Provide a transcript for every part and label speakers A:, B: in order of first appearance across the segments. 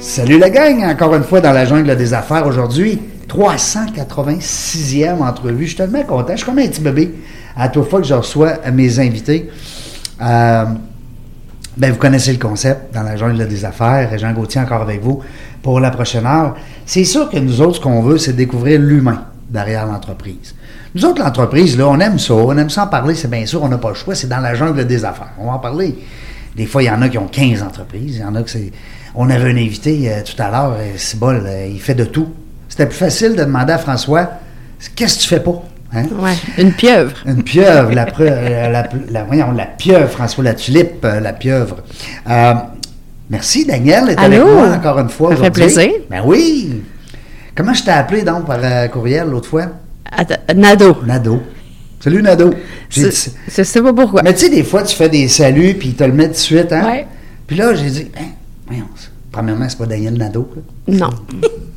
A: Salut la gang, encore une fois dans la jungle des affaires aujourd'hui. 386e entrevue. Je suis tellement content. Je suis comme un petit bébé à toute fois que je reçois mes invités. Euh, ben, vous connaissez le concept dans la jungle des affaires. Jean Gauthier encore avec vous pour la prochaine heure. C'est sûr que nous autres, ce qu'on veut, c'est découvrir l'humain derrière l'entreprise. Nous autres, l'entreprise, là, on aime ça. On aime ça en parler, c'est bien sûr. On n'a pas le choix. C'est dans la jungle des affaires. On va en parler. Des fois, il y en a qui ont 15 entreprises. Il y en a que c'est. On avait un invité euh, tout à l'heure, euh, Cibol, euh, il fait de tout. C'était plus facile de demander à François Qu'est-ce que tu fais pas Hein?
B: Ouais, une pieuvre.
A: Une pieuvre, la, pre- euh, la, la- voyons, la pieuvre, François, la tulipe, euh, la pieuvre. Euh, merci, Daniel, d'être avec
B: Allô?
A: moi encore une fois
B: Ça fait
A: aujourd'hui.
B: plaisir.
A: Ben oui. Comment je t'ai appelé donc par euh, courriel l'autre fois?
B: Attends, Nado.
A: Nado. Salut, Nado. J'ai
B: C'est-
A: dit-
B: Je sais pas pourquoi.
A: Mais tu sais, des fois, tu fais des saluts, puis ils te le mettent tout de suite, hein?
B: Ouais.
A: Puis là, j'ai dit, ben, voyons, c'est- premièrement, c'est pas Daniel Nado. là.
B: Non.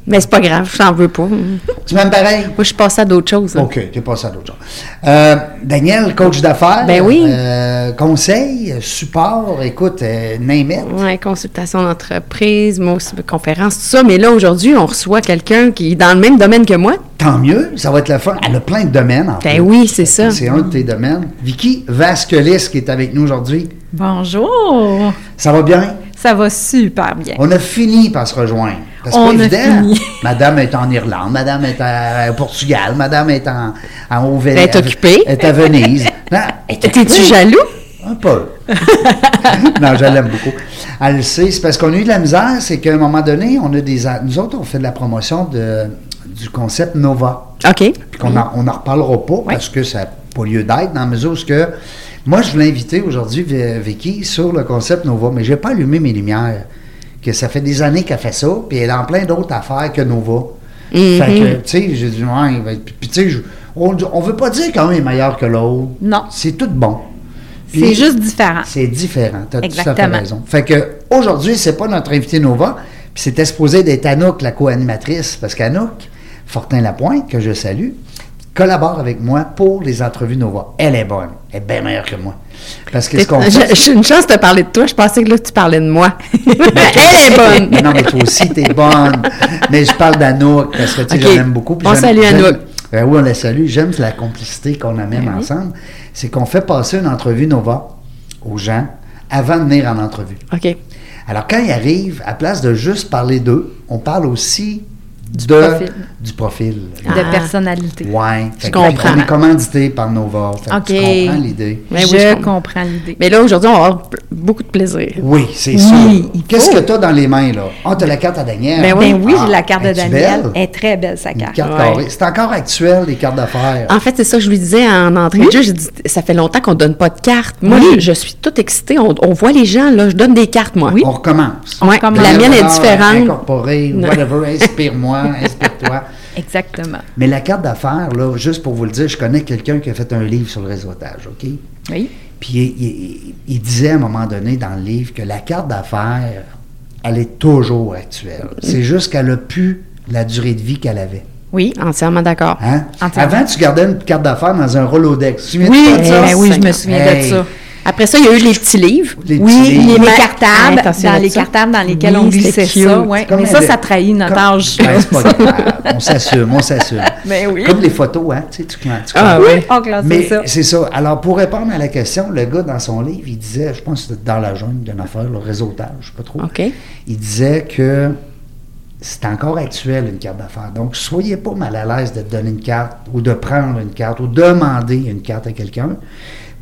B: Mais c'est pas grave, je t'en veux pas. Moi,
A: Tu m'aimes pareil?
B: je suis passée à d'autres choses. hein. là.
A: OK, t'es passé à d'autres choses. Euh, Daniel, coach d'affaires.
B: Ben oui.
A: euh, conseil, support, écoute, euh, name it.
B: Ouais, consultation d'entreprise, moi aussi, conférence, tout ça. Mais là, aujourd'hui, on reçoit quelqu'un qui est dans le même domaine que moi.
A: Tant mieux, ça va être le fun. Elle a plein de domaines, en fait.
B: Ben oui, c'est ça.
A: C'est un de tes domaines. Vicky Vasquelis qui est avec nous aujourd'hui.
C: Bonjour!
A: Ça va bien?
C: Ça va super bien.
A: On a fini par se rejoindre. C'est
C: On
A: pas
C: a
A: évident.
C: fini.
A: Madame est en Irlande, Madame est à- au Portugal, Madame est en, en au Ven-
B: Elle est occupée.
A: est à Venise. Non, elle est
B: T'es-tu
A: occupée.
B: jaloux?
A: Un peu. non, je l'aime beaucoup. Elle le sait. C'est parce qu'on a eu de la misère, c'est qu'à un moment donné, on a des. a- Nous autres, on fait de la promotion de, du concept Nova.
B: OK.
A: Puis qu'on en- on n'en reparlera pas parce que ça n'a pas lieu d'être, dans la mesure où ce que. Moi, je voulais inviter aujourd'hui Vi- Vicky sur le concept Nova, mais je n'ai pas allumé mes lumières. Que ça fait des années qu'elle fait ça, puis elle est en plein d'autres affaires que Nova.
C: Mm-hmm.
A: Fait que, tu sais, j'ai dit, ouais, ben, puis, puis tu sais, je- on ne veut pas dire qu'un est meilleur que l'autre.
C: Non.
A: C'est tout bon.
C: C'est
A: Puis-
C: juste
B: Ah.
C: différent.
A: c'est différent. Tu as tout à fait
C: Exactement.
A: raison. Fait que aujourd'hui, c'est pas notre invité Nova, puis c'était supposé d'être Anouk, la co-animatrice, parce qu'Anouk, Fortin Lapointe, que je salue, collabore avec moi pour les entrevues Nova. Elle est bonne. Elle est bien meilleure que moi. Parce que ce qu'on fait,
B: J'ai j'ai une chance de parler de toi. Je pensais que là, tu parlais de moi. Elle est
A: Mais
B: bonne.
A: non, mais toi aussi, t'es bonne. Mais je parle d'Anouk parce que tu sais,
B: Ok.
A: je l'aime beaucoup. puis
B: On
A: j'aime-
B: salue
A: j'aime-
B: Anouk.
A: Ben
B: Ben
A: oui, on la salue. J'aime la complicité qu'on amène ensemble. C'est qu'on fait passer une entrevue Nova aux gens avant de venir en entrevue.
B: OK.
A: Alors, quand ils arrivent, à place de juste parler d'eux, on parle aussi du de,
C: profil.
A: du profil.
C: De
B: Ah.
C: personnalité.
A: Ouais. Fait que- puis
B: Je comprends.
A: On est commandité par Nova. Fait que
C: OK.
A: Tu comprends l'idée.
B: Mais Ben oui,
C: je
B: je comprends.
C: comprends, l'idée.
B: Mais là, aujourd'hui, on va avoir p- beaucoup de plaisir.
A: Oui, c'est
C: Oui,
A: sûr.
C: il
A: Qu'est-ce
C: faut.
A: que tu as dans les mains, là? Ah, tu la carte à Daniel.
B: Ben oui.
C: Ben oui,
A: Ah,
C: j'ai la carte de
A: es-tu
C: Daniel.
A: belle?
C: Elle est très belle, sa
A: Une
C: carte.
A: carte
B: Ouais. Ah,
A: carrée. C'est encore actuel, les cartes d'affaires.
B: En fait, c'est ça que je lui disais en entrée de jeu. J'ai dit, ça fait longtemps qu'on donne pas de cartes. Moi, je, je suis toute excitée. On, on voit les gens, là. Je donne des cartes, moi.
A: On recommence.
B: Ouais,
C: recommence.
B: la mienne est
A: Daniel Renard,
B: différente.
A: Incorporée,
B: Non.
A: whatever, inspire-moi, inspire-toi.
C: Exactement.
A: Mais la carte d'affaires, là, juste pour vous le dire, je connais quelqu'un qui a fait un livre sur le réseautage, OK?
C: Oui.
A: Puis il, il- il disait à un moment donné dans le livre que la carte d'affaires, elle est toujours actuelle. C'est juste qu'elle a pu la durée de vie qu'elle avait.
C: Oui.
B: Entièrement d'accord.
A: Hein?
C: Entièrement.
A: Avant, tu gardais une carte d'affaires dans un Rolodex. Tu te
C: Oui,
A: souviens de ça?
C: ben oui, je me
B: Seigneur.
C: souviens
A: Hey.
C: de ça.
B: Après ça, il y a eu les petits livres.
A: Les petits
C: Oui,
A: livres.
C: les,
B: Ma-
C: cartables,
B: Attention
C: dans les
B: là-dessus.
C: cartables dans lesquels
B: Oui,
C: on glissait
B: c'était
C: ça.
B: cute.
C: ouais.
A: Comme
C: Mais ça,
A: avec-
C: ça trahit notre
A: comme-
C: âge.
A: Ben, c'est pas grave. On s'assume, on s'assume.
C: Ben oui.
A: Comme les photos, hein? Tu sais, tu, tu
B: Ah,
A: comprends.
B: ouais.
C: on classait
A: Mais
C: ça.
A: c'est ça. Alors, pour répondre à la question, le gars, dans son livre, il disait, je pense que c'était dans la jungle d'une affaire, le réseautage, je sais pas trop.
B: OK.
A: Il disait que c'est encore actuel, une carte d'affaires. Donc, soyez pas mal à l'aise de donner une carte ou de prendre une carte ou demander une carte à quelqu'un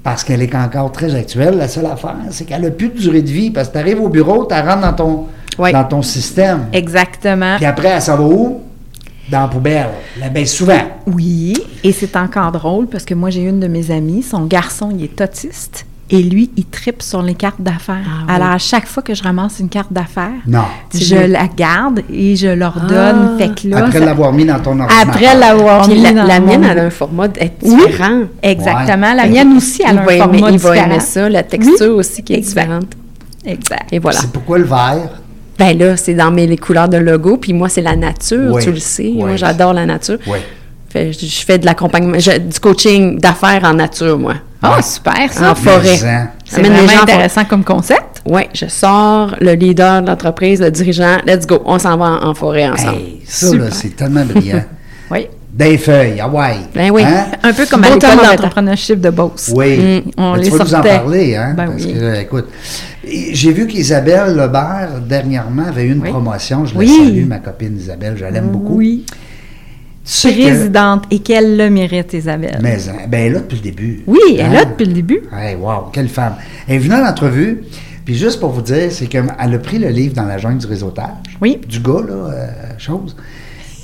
A: parce qu'elle est encore très actuelle. La seule affaire, c'est qu'elle a plus de durée de vie parce que tu arrives au bureau, tu rentres dans ton
B: Oui.
A: dans ton système.
D: Exactement.
A: Puis après, ça va où? Dans la poubelle. Là, ben, souvent.
D: Oui, et c'est encore drôle parce que moi, j'ai une de mes amies, son garçon, il est autiste. Et lui, il tripe sur les cartes d'affaires.
B: Ah oui.
D: Alors, à chaque fois que je ramasse une carte d'affaires,
A: Non.
D: je la garde et je leur
B: Ah.
D: donne. Fait que là,
A: Après
D: ça-
A: l'avoir mis dans ton ordinateur.
D: après l'avoir
B: Puis
D: mis
B: la,
D: dans
B: la
D: le
B: mienne,
D: monde.
B: elle a un format d-
D: Oui.
B: différent.
D: Exactement. La
A: Ouais.
D: mienne aussi, elle
B: il
D: a un
B: va aimer,
D: format
B: il va
D: différent.
B: aimer ça, la texture aussi qui est
D: Exact.
B: différente.
D: Exact.
B: Et voilà.
A: C'est pourquoi le verre?
B: Ben là, c'est dans mes les couleurs de logo, puis moi, c'est la nature,
A: Oui.
B: tu le sais. Moi,
A: Oui.
B: j'adore la nature.
A: Oui.
B: Fait, je, je fais de l'accompagnement, je- du coaching d'affaires en nature, moi.
D: Ah, super, ça.
B: En forêt.
A: Mais, hein,
D: C'est
B: Amène les gens
D: vraiment
B: en forêt.
D: intéressant comme concept.
B: Oui, je sors, le leader de l'entreprise, le dirigeant, let's go, on s'en va en, en forêt ensemble.
A: Hey, ça,
D: Super.
A: là, c'est tellement brillant.
D: Oui.
A: Des feuilles, ah ouais.
B: Ben oui.
A: Hein?
D: Un peu comme
B: Bon
D: à l'école
B: thermomètre.
D: d'entrepreneurship de Beauce.
A: Oui.
D: Mm, on
A: Mais
D: les
A: tu vas nous en
D: sortait.
A: parler, hein?
D: Ben
A: parce
D: oui.
A: que, euh, écoute, et j'ai vu qu'Isabelle Lebert, dernièrement, avait eu une
D: Oui.
A: promotion. Je
D: Oui.
A: la salue, ma copine Isabelle, je l'aime beaucoup.
D: Oui.
A: Tu sais que-
D: Présidente, et qu'elle le mérite, Isabelle.
A: Mais hein, ben, elle est là depuis le début.
D: Oui, elle est là
A: Hein?
D: depuis le début.
A: Hey, wow, quelle femme. Elle est venue à l'entrevue, puis juste pour vous dire, c'est qu'elle a pris le livre dans la jungle du réseautage.
D: Oui.
A: Du gars, là, euh, chose.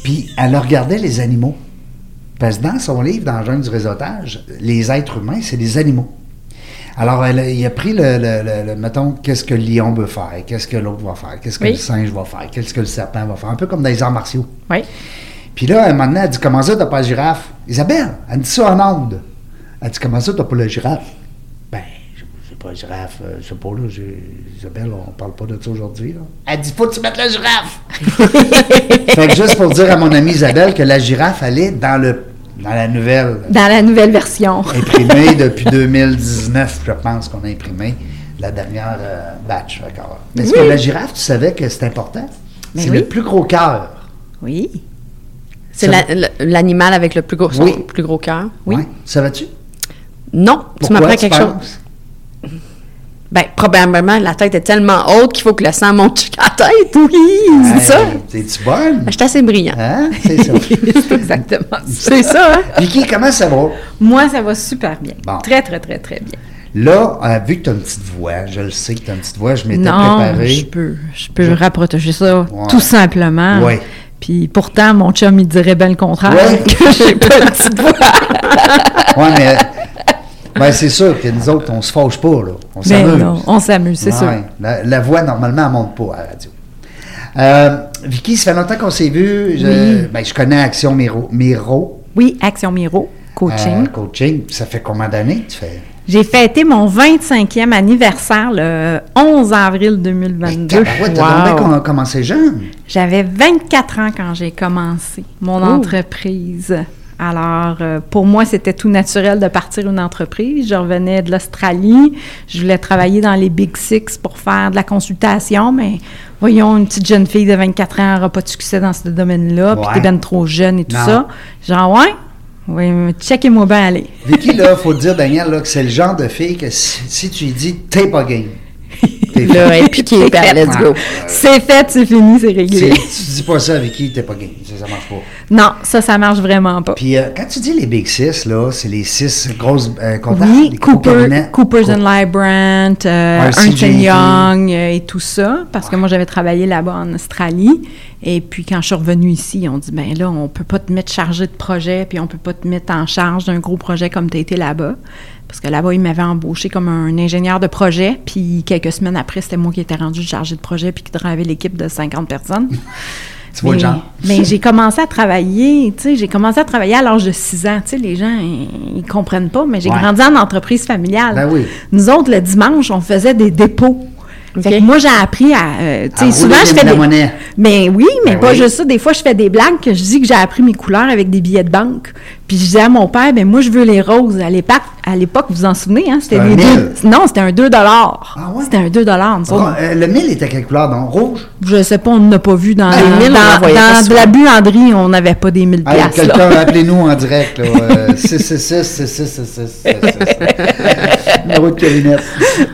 A: Puis elle regardait les animaux. Parce que dans son livre, dans la jungle du réseautage, les êtres humains, c'est des animaux. Alors, elle a, il a pris le, le- le- le- mettons, qu'est-ce que le lion peut faire, qu'est-ce que l'autre va faire, qu'est-ce que
D: Oui.
A: le singe va faire, qu'est-ce que le serpent va faire, un peu comme dans les arts martiaux.
D: Oui.
A: Puis là, à un moment donné, elle dit Comment ça, t'as pas la girafe Isabelle, elle me dit ça en onde. Elle dit Comment ça, t'as pas la girafe Ben, je sais pas, la girafe, euh, je sais pas, là, j'ai- Isabelle, on parle pas de ça aujourd'hui, là. Elle dit Faut que tu mettes la girafe Fait que juste pour dire à mon amie Isabelle que la girafe, elle est dans, le, dans la nouvelle
D: Dans la nouvelle version.
A: imprimée depuis 2019, je pense qu'on a imprimé la dernière euh, batch encore. Est-ce que
D: Oui.
A: la girafe, tu savais que c'est important
D: Mais
A: C'est
D: oui.
A: le plus gros cœur.
D: Oui.
B: C'est
A: Ça-
B: la- le- l'animal avec le plus gros, son
A: Oui.
B: plus gros cœur.
A: Oui. Savais-tu
B: Non, tu
A: Pourquoi
B: m'apprends quelque chose.
A: penses?
B: Ben, probablement, la tête est tellement haute qu'il faut que le sang monte jusqu'à la tête. Oui, c'est
A: Hey,
B: ça.
A: T'es-tu bonne?
B: Je suis assez brillant.
A: Hein? C'est ça.
D: C'est exactement ça.
B: C'est ça, hein?
A: Vicky, comment ça va?
D: Moi, ça va super bien.
A: Bon.
D: Très, très, très, très bien.
A: Là, euh, vu que tu as une petite voix, je le sais que tu as une petite voix, je m'étais
D: non, je
A: préparé.
D: peux, je peux rapprocher ça
A: Ouais.
D: tout simplement.
A: Ouais.
D: Puis pourtant, mon chum, il dirait bien le contraire,
A: Ouais.
D: que j'ai pas de petite voix.
A: Oui, mais ben, c'est sûr que nous autres, on se fâche pas, là. On
D: Mais
A: s'amuse.
D: Ben non, on s'amuse, c'est
A: Ouais,
D: sûr.
A: La, la voix, normalement, elle monte pas à la radio. Euh, Vicky, ça fait longtemps qu'on s'est vu. Je, ben, je connais Action Miro, Miro
D: Oui, Action Miro,
A: euh,
D: coaching.
A: coaching. Ça fait combien d'années que tu fais?
D: J'ai fêté mon 25e anniversaire le 11 avril 2022.
A: Ben, Tabarouette,
B: Wow.
A: t'as donc bien com- commencé jeune.
D: J'avais 24 ans quand j'ai commencé mon
B: Oh.
D: entreprise. Alors, euh, pour moi, c'était tout naturel de partir une entreprise. Je revenais de l'Australie. Je voulais travailler dans les Big Six pour faire de la consultation, mais voyons, une petite jeune fille de 24 ans n'aura pas de succès dans ce domaine-là, puis
A: Ouais.
D: t'es ben trop jeune et tout
A: Non.
D: ça. Genre, ouais, oui, mais checkez-moi bien aller.
A: Vicky, là, faut dire, Daniel, là, que c'est le genre de fille que si, si tu lui dis t'es pas game, t'es
B: Là,
A: fait.
B: et puis qui est ben, let's go.
D: C'est fait, c'est fini, c'est réglé.
A: C'est- Tu dis pas ça à Vicky, t'es pas game. Ça, ça marche pas.
D: Non, ça, ça marche vraiment pas.
A: Puis euh, quand tu dis les Big Six, là, c'est les six grosses euh, comptables.
D: Oui,
A: les gros cabinets.
D: Cooper, Coopers and Lybrand, euh,
A: RCJP.
D: Ernst Young euh, et tout ça, parce que moi j'avais travaillé là-bas en Australie. Et puis quand je suis revenue ici, on dit ben là, on peut pas te mettre chargé de projet, puis on peut pas te mettre en charge d'un gros projet comme tu as été là-bas. Parce que là-bas, ils m'avaient embauché comme un ingénieur de projet, puis quelques semaines après, c'était moi qui étais rendu chargé de projet, puis qui drivait l'équipe de 50 personnes.
A: Tu vois le
D: Mais-
A: genre.
D: Mais j'ai commencé à travailler, tu sais, j'ai commencé à travailler à l'âge de 6 ans. Tu sais, les gens, ils, ils comprennent pas, mais j'ai
A: Ouais.
D: grandi en entreprise familiale.
A: Ben oui.
D: Nous autres, le dimanche, on faisait des dépôts. Fait que moi, j'ai appris à. euh, tu
A: À
D: sais, souvent,
A: rouler
D: je
A: des-
D: fais
A: de la
D: des.
A: monnaie.
D: Mais oui, mais
A: Ben
D: pas
A: oui.
D: juste ça. Des fois, je fais des blagues que je dis que j'ai appris mes couleurs avec des billets de banque. Puis je disais à mon père, ben moi, je veux les roses. À l'époque, à l'époque vous vous en souvenez, hein? C'était
A: C'était un
D: des deux-
A: mille.
D: Non, c'était un 2
A: Ah ouais?
D: C'était un 2 nous autres.
A: Ra- euh, le mille était quelle couleur, donc? Rouge?
D: Je sais pas, on n'a pas vu dans,
B: Ah, les mille, on en
D: dans,
B: voyait pas
D: dans de
B: souvent.
D: la buanderie, on n'avait pas des 1000
A: Hey,
D: piastres. là.
A: Quelqu'un, appelez-nous en direct. Là, euh, 666 666 666. Numéro de cabinet.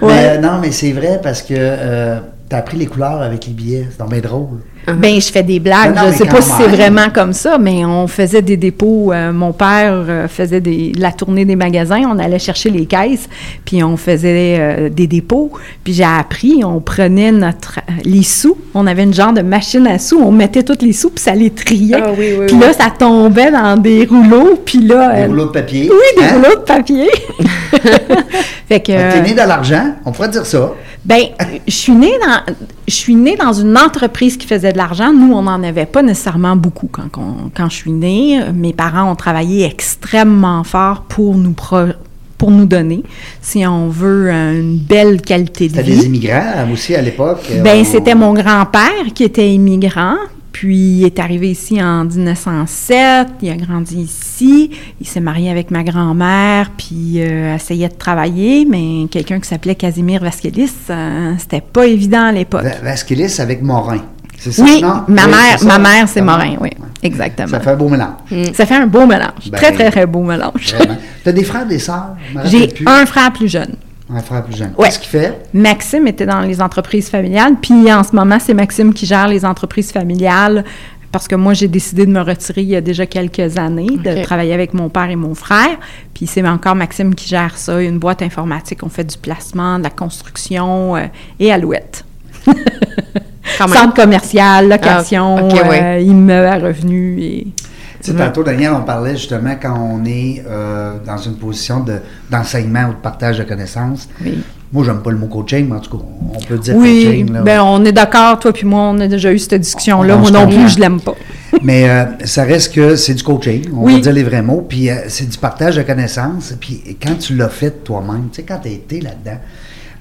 A: Mais, euh, non, mais c'est vrai parce que euh, T'as appris les couleurs avec les billets. C'est donc bien drôle.
C: Ben, je fais des blagues.
A: Ben non,
C: je
A: mais
C: sais
A: quand
C: pas si c'est
A: même.
C: vraiment comme ça, mais on faisait des dépôts. euh, mon père euh, faisait des, la tournée des magasins. On allait chercher les caisses, puis on faisait euh, des dépôts. Puis j'ai appris, on prenait notre euh, les sous. On avait une genre de machine à sous. On mettait tous les sous, puis ça les triait.
B: Ah oui, oui,
C: puis là, ça tombait dans des rouleaux. Puis là,
A: Des
C: euh,
A: rouleaux de papier.
C: oui, des
A: hein?
C: rouleaux de papier. fait que. euh,
A: Fait que T'es né dans l'argent, on pourrait dire ça.
C: Ben, je suis née dans, je suis née dans une entreprise qui faisait de l'argent. Nous, on n'en avait pas nécessairement beaucoup quand, qu'on- quand je suis née. Mes parents ont travaillé extrêmement fort pour nous pro- pour nous donner, si on veut, une belle qualité de
A: T'as
C: vie.
A: des immigrants aussi à l'époque. euh,
C: Ben,
A: on-
C: c'était mon grand-père qui était immigrant. Puis il est arrivé ici en 1907, il a grandi ici, il s'est marié avec ma grand-mère, puis euh, essayait de travailler, mais quelqu'un qui s'appelait Casimir Vasquelis, euh, c'était pas évident à l'époque.
A: Va- Vasquilis avec Morin. Ben, C'est ça?
C: oui,
A: non?
C: ma
A: Oui,
C: mère,
A: c'est
C: ma
A: ça.
C: mère c'est
A: Ça
C: Morin, oui,
A: Ouais.
C: exactement.
A: Ça fait un beau mélange.
C: Ça fait un beau mélange,
A: Ben,
C: très très très beau mélange.
A: Vraiment. T'as des frères, des sœurs? Je me rappelle
C: J'ai
A: plus.
C: un frère plus jeune.
A: Un frère plus jeune.
C: Ouais.
A: Qu'est-ce qu'il fait?
C: Maxime était dans les entreprises familiales, puis en ce moment, c'est Maxime qui gère les entreprises familiales parce que moi, j'ai décidé de me retirer il y a déjà quelques années, de
B: Ok.
C: travailler avec mon père et mon frère. Puis c'est encore Maxime qui gère ça, une boîte informatique. On fait du placement, de la construction euh, et alouette.
B: Quand même.
C: Centre commercial, location,
B: Ah, ok, ouais.
C: euh, immeuble à revenus. Et... Mm-hmm.
A: Tu sais, tantôt, Daniel, on parlait justement quand on est euh, dans une position de- d'enseignement ou de partage de connaissances.
C: Oui.
A: Moi, j'aime pas le mot coaching, mais en tout cas, on peut dire
C: Oui,
A: coaching. là.
C: ben on est d'accord, toi puis moi, on a déjà eu cette discussion-là.
A: On
C: Moi
A: se
C: non
A: comprend.
C: plus, je l'aime pas.
A: Mais euh, ça reste que c'est du coaching, on va
C: Oui.
A: dire les vrais mots, puis euh, c'est du partage de connaissances, puis quand tu l'as fait toi-même, tu sais, quand tu as été là-dedans,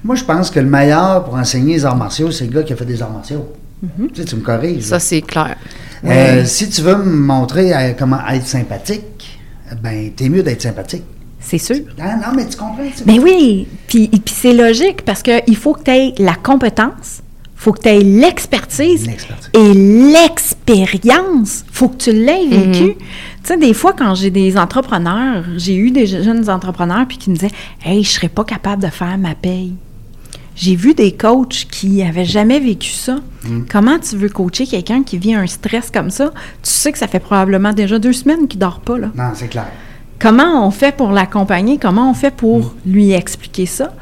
A: moi je pense que le meilleur pour enseigner les arts martiaux, c'est le gars qui a fait des arts martiaux.
C: Mm-hmm.
A: Tu sais, tu me corriges. là.
B: Ça, c'est clair.
A: Euh, si tu veux me montrer euh, comment être sympathique, ben t'es mieux d'être sympathique.
C: C'est sûr.
A: Ah, non, mais tu comprends, tu-
C: Ben oui, puis, puis c'est logique parce qu'il faut que tu aies la compétence, faut que tu aies l'expertise
A: L'expertise.
C: et l'expérience, faut que tu l'aies vécu. Tu sais, des fois, quand j'ai des entrepreneurs, j'ai eu des je- jeunes entrepreneurs puis qui me disaient « Hey, je serais pas capable de faire ma paye. » J'ai vu des coachs qui avaient jamais vécu ça. Comment tu veux coacher quelqu'un qui vit un stress comme ça? Tu sais que ça fait probablement déjà deux semaines qu'il dort pas, là
A: Non, c'est clair.
C: comment on fait pour l'accompagner, comment on fait pour
A: Mm.
C: lui expliquer ça.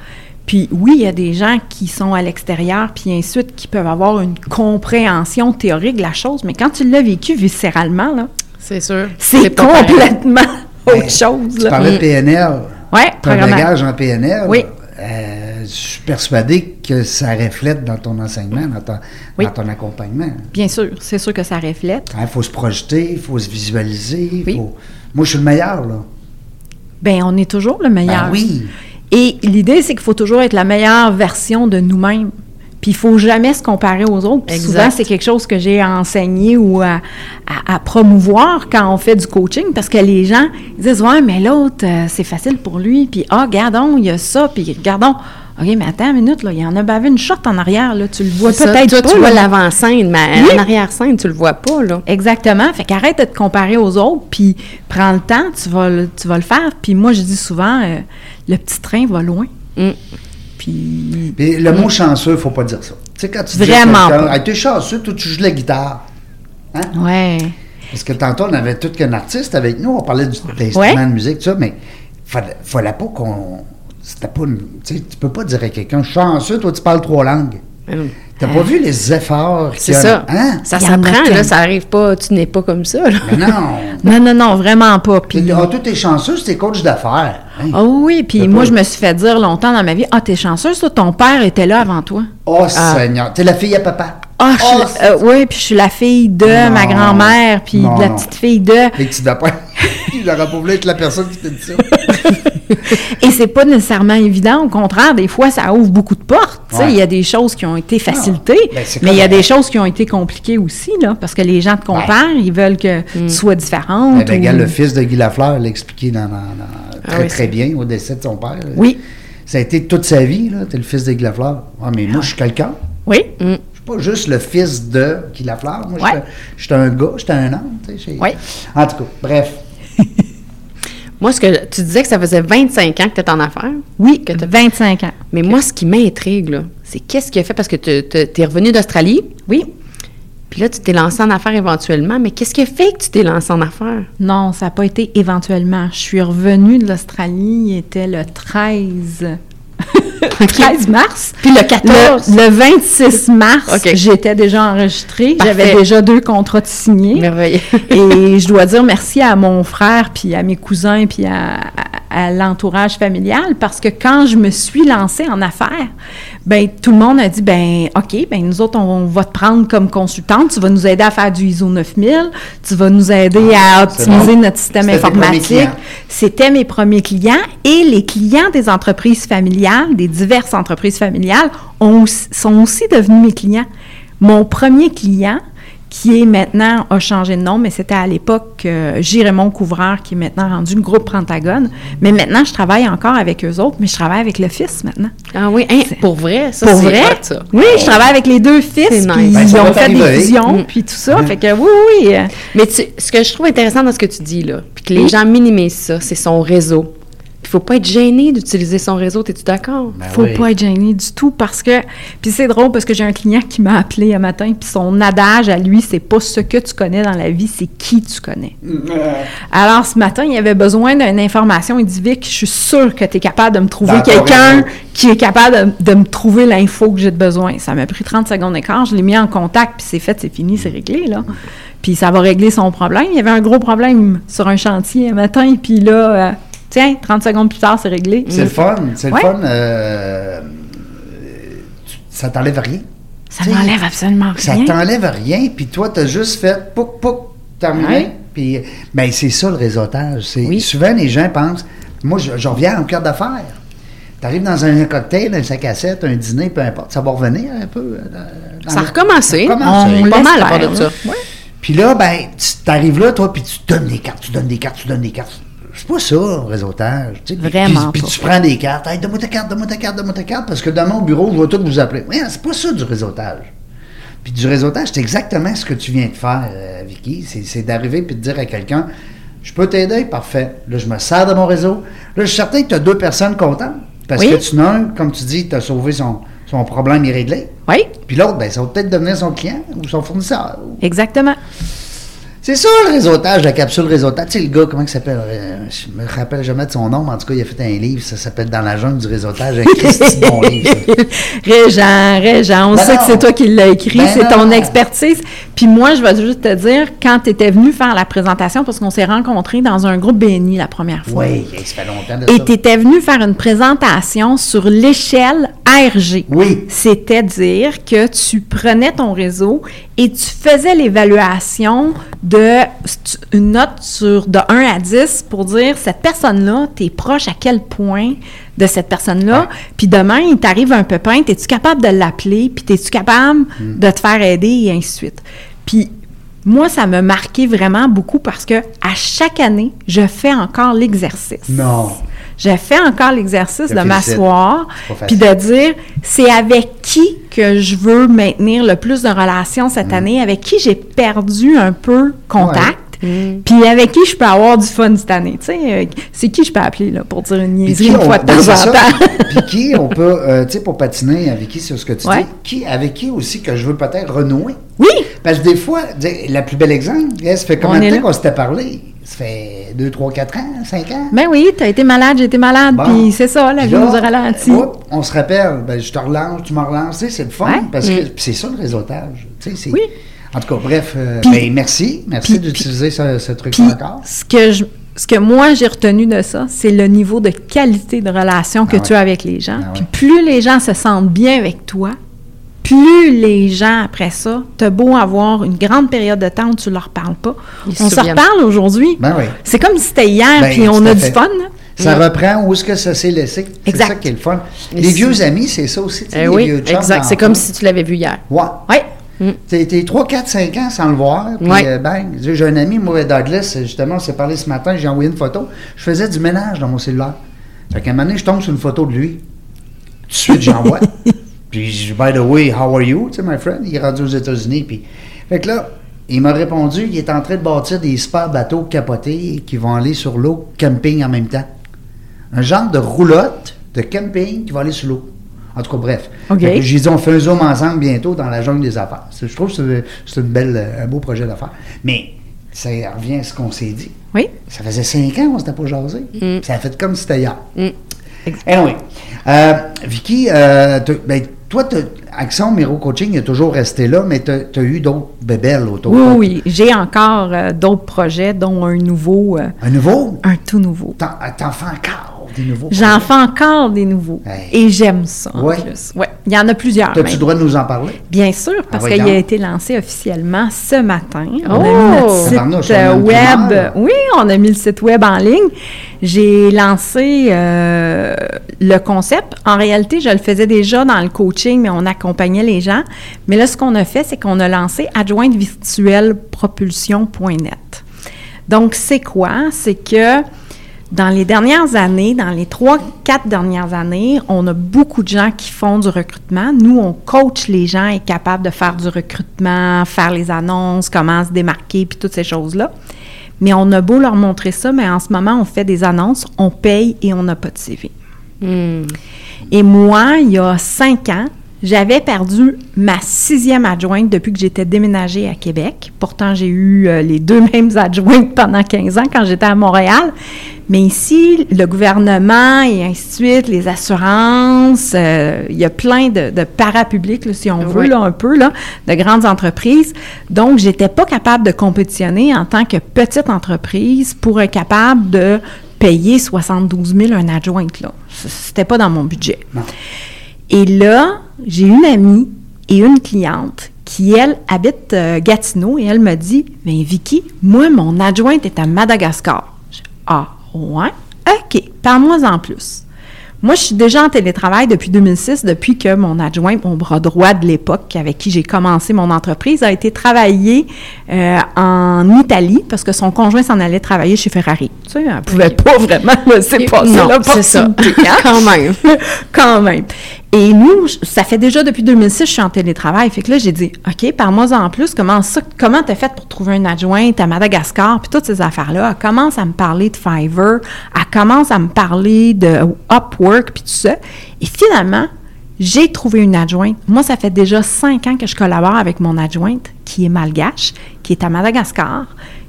C: Puis oui, il y a des gens qui sont à l'extérieur, puis ensuite qui peuvent avoir une compréhension théorique de la chose, mais quand tu l'as vécu viscéralement, là,
B: C'est sûr.
C: c'est
B: pas pareil.
C: complètement
A: Ben,
C: autre chose.
A: Tu
C: Là.
A: parlais de PNL.
C: Ouais,
A: Ton
C: programme-
A: bagage en PNL.
C: Oui.
A: euh, je suis persuadé que ça reflète dans ton enseignement, dans ton,
C: Oui.
A: dans ton accompagnement.
C: Bien sûr, c'est sûr que ça reflète.
A: Il faut se projeter, il faut se visualiser.
C: Oui.
A: faut- Moi, je suis le meilleur, là.
C: Ben, on est toujours le meilleur.
A: Ben oui.
C: Et l'idée, c'est qu'il faut toujours être la meilleure version de nous-mêmes. Puis il faut jamais se comparer aux autres. Puis
B: Exact.
C: souvent, c'est quelque chose que j'ai enseigné ou à, à- à promouvoir quand on fait du coaching, parce que les gens ils disent ouais, mais l'autre, euh, c'est facile pour lui. Puis ah, regardons, il y a ça. Puis regardons. Ok, mais attends une minute, là, il y en a bavé une shot en arrière. Là, tu le vois
B: C'est ça. Toi,
C: peut-être pas.
B: tu vois
C: là.
B: l'avant-scène, mais
C: Oui.
B: en arrière-scène, tu le vois pas, là.
C: Exactement. Fait qu'arrête de te comparer aux autres, puis prends le temps, tu vas le, tu vas le faire. Puis moi, je dis souvent, euh, le petit train va loin.
B: Mm.
C: Puis
A: Puis le mot chanceux, faut pas dire ça. Tu sais, quand tu dis à
C: Mm. Vraiment
A: quelqu'un,
C: pas.
A: Hey, t'es chanceux, toi, tu joues de la guitare. Hein?
C: Ouais.
A: Parce que tantôt, on avait tout qu'un artiste avec nous, on parlait du- d'instruments
C: Ouais.
A: de musique, tout ça, mais fallait, fallait pas qu'on. C'était pas une- tu sais, tu peux pas dire à quelqu'un chanceux, toi, tu parles trois langues.
B: Hum.
A: T'as
C: Hein?
A: pas vu les efforts qu'il
B: C'est
A: y a-
B: ça.
A: Hein? Ben.
B: Ça
C: Ah, Il y en a
B: s'apprend, là.
C: tellement.
B: Ça arrive pas. Tu n'es pas comme ça, là.
A: Mais non.
C: Non, non, non, vraiment pas. Puis,
A: Ah, toi, t'es chanceux, c'est coach d'affaires. Hein?
C: oh oui, puis
A: T'as
C: moi,
A: pas-
C: je me suis fait dire longtemps dans ma vie, ah, t'es chanceuse, toi, ton père était là avant toi.
A: Oh, Seigneur. T'es la fille à papa.
C: Ah, je suis
A: Oh,
C: la- euh, oui, puis je suis la fille de
A: Non.
C: ma grand-mère, puis
A: Non,
C: de la
A: non.
C: petite fille de.
A: Les petits d'après. Il aurait pas voulu être la personne qui t'a dit ça.
C: Et c'est pas nécessairement évident. Au contraire, des fois, ça ouvre beaucoup de portes. tu sais.
A: Ouais.
C: Il y a des choses qui ont été facilitées,
A: Ben, c'est
C: mais il y a
A: correct.
C: des choses qui ont été compliquées aussi, là, parce que les gens te comparent, ils veulent que
B: Mm.
C: tu sois différente.
A: Eh bien,
C: ou-
A: regarde, le fils de Guy Lafleur l'a expliqué dans, dans- dans-
B: Ah
A: très,
B: oui,
A: très
B: c'est-
A: bien au décès de son père.
C: Oui.
A: Ça a été toute sa vie, là. T'es le fils de Guy Lafleur. Ah, mais moi, je suis quelqu'un.
C: Oui.
B: Mm.
A: Je suis pas juste le fils de Guy Lafleur. Moi, je suis
C: Ouais.
A: un- je suis un gars, je suis un homme. tu sais, j'ai-
C: Ouais.
A: En tout cas, bref.
B: Moi, ce que tu disais que ça faisait 25 ans que tu étais en affaires.
C: Oui,
B: Que t'as-
C: 25 ans.
B: Mais moi, ce qui m'intrigue, là, c'est qu'est-ce qui a fait, parce que tu es revenu d'Australie,
C: Oui.
B: puis là, tu t'es lancé en affaires éventuellement, mais qu'est-ce qui a fait que tu t'es lancé en affaires?
C: Non, ça n'a pas été éventuellement. Je suis revenue de l'Australie, il était le 13,
B: OK.
C: 13 mars.
B: Puis le 14.
C: Le, le 26 mars,
B: OK.
C: j'étais déjà enregistrée. J'avais
B: Parfait.
C: déjà deux contrats de signés.
B: Merveilleux.
C: Et je dois dire merci à mon frère, puis à mes cousins, puis à, à- à l'entourage familial, parce que quand je me suis lancée en affaires, ben tout le monde a dit, ben OK, ben nous autres, on va te prendre comme consultante, tu vas nous aider à faire du ISO 9000, tu vas nous aider à
A: Ah, c'est
C: optimiser
A: bon.
C: notre système
A: C'était tes premiers
C: informatique.
A: clients.
C: C'était mes premiers clients et les clients des entreprises familiales, des diverses entreprises familiales, ont aussi- sont aussi devenus mes clients. Mon premier client, qui est maintenant, a changé de nom, mais c'était à l'époque euh, J. Raymond Couvreur, qui est maintenant rendu le groupe Pentagone. Mais maintenant, je travaille encore avec eux autres, mais je travaille avec le fils maintenant.
B: Ah oui, hein, pour vrai, ça,
C: Pour
B: c'est
C: vrai?
B: hot, ça.
C: Oui, je travaille avec les deux fils,
B: C'est
C: puis
B: nice.
A: Ben,
C: ils
A: ça va
C: ont fait des
A: t'arriver.
C: fusions,
B: Mm.
C: puis tout ça. Fait que oui, oui, euh,
B: Mais tu- ce que je trouve intéressant dans ce que tu dis, là, puis que les gens minimisent ça, c'est son réseau. Il faut pas être gêné d'utiliser son réseau, es-tu d'accord?
A: Ben
C: faut
A: oui.
C: pas être gêné du tout parce que puis c'est drôle parce que j'ai un client qui m'a appelé un matin puis son adage à lui c'est pas ce que tu connais dans la vie c'est qui tu connais. Alors ce matin il avait besoin d'une information il dit Vic je suis sûre que tu es capable de me trouver
A: Dans ton
C: quelqu'un
A: réseau.
C: qui est capable de, de me trouver l'info que j'ai de besoin. Ça m'a pris 30 secondes et quart je l'ai mis en contact puis c'est fait c'est fini c'est réglé là. Puis ça va régler son problème. Il y avait un gros problème sur un chantier un matin puis là euh, tiens 30 secondes plus tard c'est réglé.
A: C'est le fun, c'est
C: Ouais.
A: le fun. euh, tu- ça t'enlève rien.
C: Ça
A: Tu sais,
C: n'enlève absolument
A: Ça
C: Ah, rien.
A: t'enlève rien, puis toi, t'as juste fait pouc, pouc, terminé.
C: Ouais.
A: Puis, ben, c'est ça le réseautage. C'est,
B: Oui.
A: Souvent, les gens pensent, moi, je, je reviens en cœur d'affaires. T'arrives dans un cocktail, un sac à 7, un dîner, peu importe, ça va revenir un peu. euh, dans- dans
B: Ça a
A: le-
B: recommencé.
A: Ça a recommencé.
B: On Eh pas
C: laisse
B: mal à
C: faire,
B: part de ça.
C: là.
A: Puis là, ben, tu- t'arrives là, toi, puis tu donnes des cartes, tu donnes des cartes, tu donnes des cartes. C'est pas ça, le réseautage. tu sais. Puis-
C: Vraiment
A: Puis,
C: pas.
A: puis tu prends des cartes. Hey, donne-moi ta carte, donne-moi ta carte, donne-moi ta carte, parce que dans mon bureau, je vais tout vous appeler. Ouais, c'est pas ça du réseautage. Puis du réseautage, c'est exactement ce que tu viens de faire, euh, Vicky. C'est, c'est d'arriver puis de dire à quelqu'un Je peux t'aider, parfait. Là, je me sers de mon réseau. Là, je suis certain que tu as deux personnes contentes. Parce
B: Oui.
A: que tu n'as un, comme tu dis, tu as sauvé son, son problème irréglé.
C: Oui,
A: Puis l'autre, ben, ça va peut-être devenir son client ou son fournisseur. ou-
C: exactement.
A: c'est ça le réseautage, la capsule réseautage. Tu sais, le gars, comment il s'appelle Euh, Je me rappelle jamais de son nom, mais en tout cas, il a fait un livre, ça s'appelle Dans la jungle du réseautage. Un Christy de bon livre. ça.
C: Régent, Régent, on
A: Ben
C: sait que
A: non.
C: c'est toi qui l'as écrit,
A: Ben
C: c'est
A: non.
C: ton expertise. Puis moi, je vais juste te dire, quand tu étais venu faire la présentation, parce qu'on s'est rencontrés dans un groupe BNI la première fois.
A: Oui, hey, ça fait longtemps de
C: Et
A: ça.
C: tu étais venu faire une présentation sur l'échelle ARG.
A: Oui.
C: C'était dire que tu prenais ton réseau et tu faisais l'évaluation de stu- une note sur de 1 à 10 pour dire cette personne-là, tu es proche à quel point de cette personne-là. Puis demain, il t'arrive un pépin, es-tu capable de l'appeler? Puis es-tu capable de te faire aider et ainsi de suite? Puis moi, ça m'a marqué vraiment beaucoup parce que à chaque année, je fais encore l'exercice.
A: Non.
C: Je fais encore l'exercice
A: Je
C: de
A: félicite.
C: m'asseoir
A: C'est pas
C: puis de dire c'est avec qui que je veux maintenir le plus de relations
A: Mm.
C: cette année, avec qui j'ai perdu un peu contact, puis avec qui je peux avoir du fun cette année. Tu sais, euh, c'est qui je peux appeler là, pour dire une
A: Puis
C: niaiserie
A: qui,
C: une
A: on-
C: fois de
A: ben,
C: temps
A: c'est
C: en
A: ça.
C: temps.
A: Puis qui, on peut, euh, tu sais, pour patiner avec qui sur ce que tu
C: Ouais.
A: dis, qui, avec qui aussi que je veux peut-être renouer.
C: Oui,
A: Parce que des fois, tu sais, la plus belle exemple, elle, ça fait combien
C: On est
A: de temps
C: là.
A: qu'on s'était parlé Ça fait 2, 3, 4 ans, 5 ans
C: ben oui, t'as été malade, j'ai été malade,
A: Bon.
C: puis c'est ça, la
A: Puis
C: vie
A: là,
C: nous a ralenti.
A: oups, on se rappelle, ben, je te relance, tu m'en relances, tu sais, c'est le fun,
C: Ouais. Mm.
A: parce que puis c'est ça le réseautage. tu sais, c'est-
C: Oui.
A: En tout cas, bref, euh,
C: Puis-
A: ben, merci, merci
C: puis-
A: d'utiliser ce, ce truc-là
C: Puis
A: encore.
C: ce que je ce que moi j'ai retenu de ça, c'est le niveau de qualité de relation que
A: Ah
C: tu
A: ouais.
C: as avec les gens.
A: Ah
C: Puis
A: ouais.
C: plus les gens se sentent bien avec toi, plus les gens après ça, t'as beau avoir une grande période de temps où tu leur parles pas,
B: Ils se
C: on se
B: souviennent.
C: reparle aujourd'hui.
A: Ben oui.
C: C'est comme si c'était hier
A: Ben,
C: puis on
A: tout à
C: a du
A: fait.
C: fun. hein? là.
A: Ça reprend où est-ce que ça s'est laissé. C'est
C: Mm. Exact.
A: ça qui est le fun.
B: Et
A: les
B: si-
A: vieux amis, c'est ça aussi. tu sais,
B: Eh
A: les
B: oui,
A: vieux chums
B: exact. C'est
A: d'enfance.
B: comme si tu l'avais vu hier.
A: Ouais.
C: Ouais.
A: T'es, t'es 3, 4, 5 ans sans le voir. Puis,
B: Ouais.
A: euh, bang. J'ai j'ai un ami, moi, Douglas, justement, on s'est parlé ce matin, j'ai envoyé une photo. Je faisais du ménage dans mon cellulaire. Fait qu'à un moment donné, je tombe sur une photo de lui. Tout de suite, j'envoie. puis, je dis, by the way, how are you? Tu sais, my friend, il est rendu aux États-Unis. Puis, fait que là, Il m'a répondu il est en train de bâtir des super bateaux capotés qui vont aller sur l'eau camping en même temps. Un genre de roulotte de camping qui va aller sur l'eau. En tout cas, bref.
C: OK.
A: Fait que J'ai dit, on fait un zoom ensemble bientôt dans la jungle des affaires. C'est- Je trouve que c'est- c'est une belle, euh, un beau projet d'affaires. Mais ça revient à ce qu'on s'est dit.
C: Oui.
A: Ça faisait cinq ans qu'on s'était pas jasé.
C: Mm.
A: Ça a fait comme si c'était hier.
B: Ex-
A: Anyway, euh, Vicky, euh, t'as- ben, toi, t'as- Action Miro Coaching est toujours resté là, mais tu as eu d'autres bébelles autour.
C: Oui,
A: de toi.
C: oui. J'ai encore euh, d'autres projets, dont un nouveau, euh,
A: Un nouveau?
C: un tout nouveau.
A: T'en euh, t'en fais encore des nouveaux?
C: J'en fais encore des nouveaux.
A: Hey.
C: Et j'aime ça, en
A: Ouais.
C: plus. Ouais. Il y en a plusieurs,
A: T'as-tu
C: même.
A: le droit de nous en parler?
C: Bien sûr, parce
A: Ah,
C: qu'il a
A: voyons.
C: été lancé officiellement ce matin. On
B: Oh!
C: a mis notre
A: Tabarnouche,
C: site
A: on a
C: euh,
A: une
C: web.
A: primeur.
C: Oui, on a mis le site web en ligne. J'ai lancé euh, le concept. En réalité, je le faisais déjà dans le coaching, mais on accompagnait les gens. Mais là, ce qu'on a fait, c'est qu'on a lancé adjointevirtuellepropulsion.net. Donc, c'est quoi? C'est que dans les dernières années, dans les trois, quatre dernières années, on a beaucoup de gens qui font du recrutement. Nous, on coach les gens et capables de faire du recrutement, faire les annonces, comment se démarquer, puis toutes ces choses-là. Mais on a beau leur montrer ça, mais en ce moment, on fait des annonces, on paye et on n'a pas de CV. Et moi, il y a cinq ans, j'avais perdu ma sixième adjointe depuis que j'étais déménagée à Québec. Pourtant, j'ai eu euh, les deux mêmes adjointes pendant 15 ans quand j'étais à Montréal. Mais ici, le gouvernement et ainsi de suite, les assurances, euh, il y a plein de, de parapublics, là, si on veut,
B: Oui.
C: là, un peu, là, de grandes entreprises. Donc, j'étais pas capable de compétitionner en tant que petite entreprise pour être capable de payer 72 000 un adjointe, là. C- C'était pas dans mon budget.
A: Non.
C: Et là, j'ai une amie et une cliente qui, elle, habite euh, Gatineau et elle me dit Mais Vicky, moi, mon adjointe est à Madagascar. Je- ah, ouais? OK, parle-moi en plus. Moi, je suis déjà en télétravail depuis 2006, depuis que mon adjoint, mon bras droit de l'époque, avec qui j'ai commencé mon entreprise, a été travaillé euh, en Italie parce que son conjoint s'en allait travailler chez Ferrari. Tu sais, elle pouvait pas vraiment laisser passer
B: Non, c'est ça.
C: l'opportunité, hein?
B: Quand même.
C: Quand même. Et nous, je- ça fait déjà depuis 2006 je suis en télétravail. Fait que là, j'ai dit, OK, parle-moi en plus, comment ça, comment t'as fait pour trouver une adjointe à Madagascar, puis toutes ces affaires-là. Elle commence à me parler de Fiverr, elle commence à me parler de Upwork, puis tout ça. Et finalement, j'ai trouvé une adjointe. Moi, ça fait déjà cinq ans que je collabore avec mon adjointe, qui est malgache, qui est à Madagascar,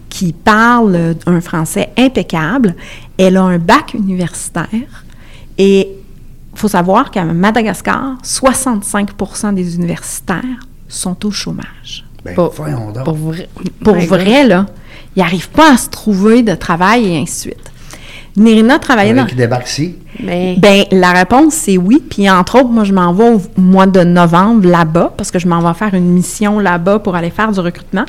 C: qui parle euh, un français impeccable. Elle a un bac universitaire. Et il faut savoir qu'à Madagascar, 65 des universitaires sont au chômage.
A: Ben,
B: Pour-
A: voyons donc.
B: Pour vrai.
C: Pour
B: My God.
C: vrai, là, ils n'arrivent pas à se trouver de travail et ainsi de suite. Nérina travaillait
A: Faudrait
C: dans...
A: qu'il débarque ici.
B: Mais
C: Ben, la réponse, c'est oui. Puis, entre autres, moi, je m'en vais au mois de novembre là-bas parce que je m'en vais faire une mission là-bas pour aller faire du recrutement.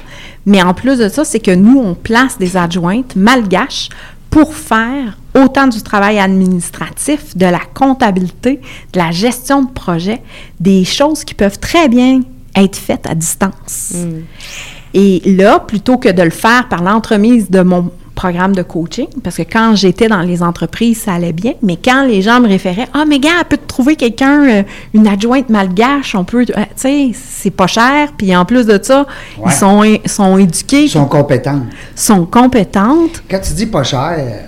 C: Mais en plus de ça, c'est que nous, on place des adjointes malgaches pour faire autant du travail administratif, de la comptabilité, de la gestion de projet, des choses qui peuvent très bien être faites à distance. Et là, plutôt que de le faire par l'entremise de mon programme de coaching, parce que quand j'étais dans les entreprises, ça allait bien, mais quand les gens me référaient, ah, mais gars, elle peut te trouver quelqu'un, euh, une adjointe malgache, on peut, euh, tu sais, c'est pas cher, puis en plus de ça,
A: Ouais.
C: ils sont, é- sont éduqués,
A: Ils sont compétents.
C: sont compétentes.
A: Quand tu dis pas cher, euh,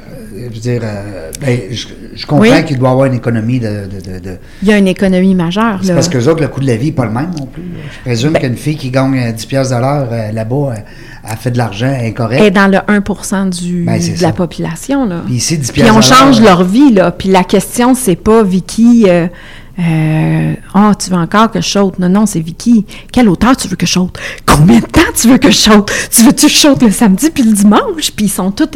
A: je veux dire, euh, ben, je, je comprends
C: Oui.
A: qu'il doit y avoir une économie de. de- de- de-
C: Il y a une économie majeure,
A: C'est
C: là. Ben-
A: parce que les autres, le coût de la vie n'est pas le même non plus. là. Je présume qu'une fille qui gagne euh, 10 piastres de l'heure euh, là-bas, elle, elle fait de l'argent incorrect.
C: est dans le 1 du,
A: Ben, c'est
C: de
A: ça.
C: la population. Là.
A: Puis ici, 10
C: Puis
A: piastres à
C: on
A: l'heure,
C: change
A: là.
C: leur vie. Là. Puis la question, c'est pas Vicky, euh, euh, Ah, tu veux encore que je saute. Non, non, c'est Vicky. Quelle hauteur tu veux que je saute? Combien de temps tu veux que je saute? Tu veux-tu que je saute le samedi puis le dimanche? Puis ils sont tous.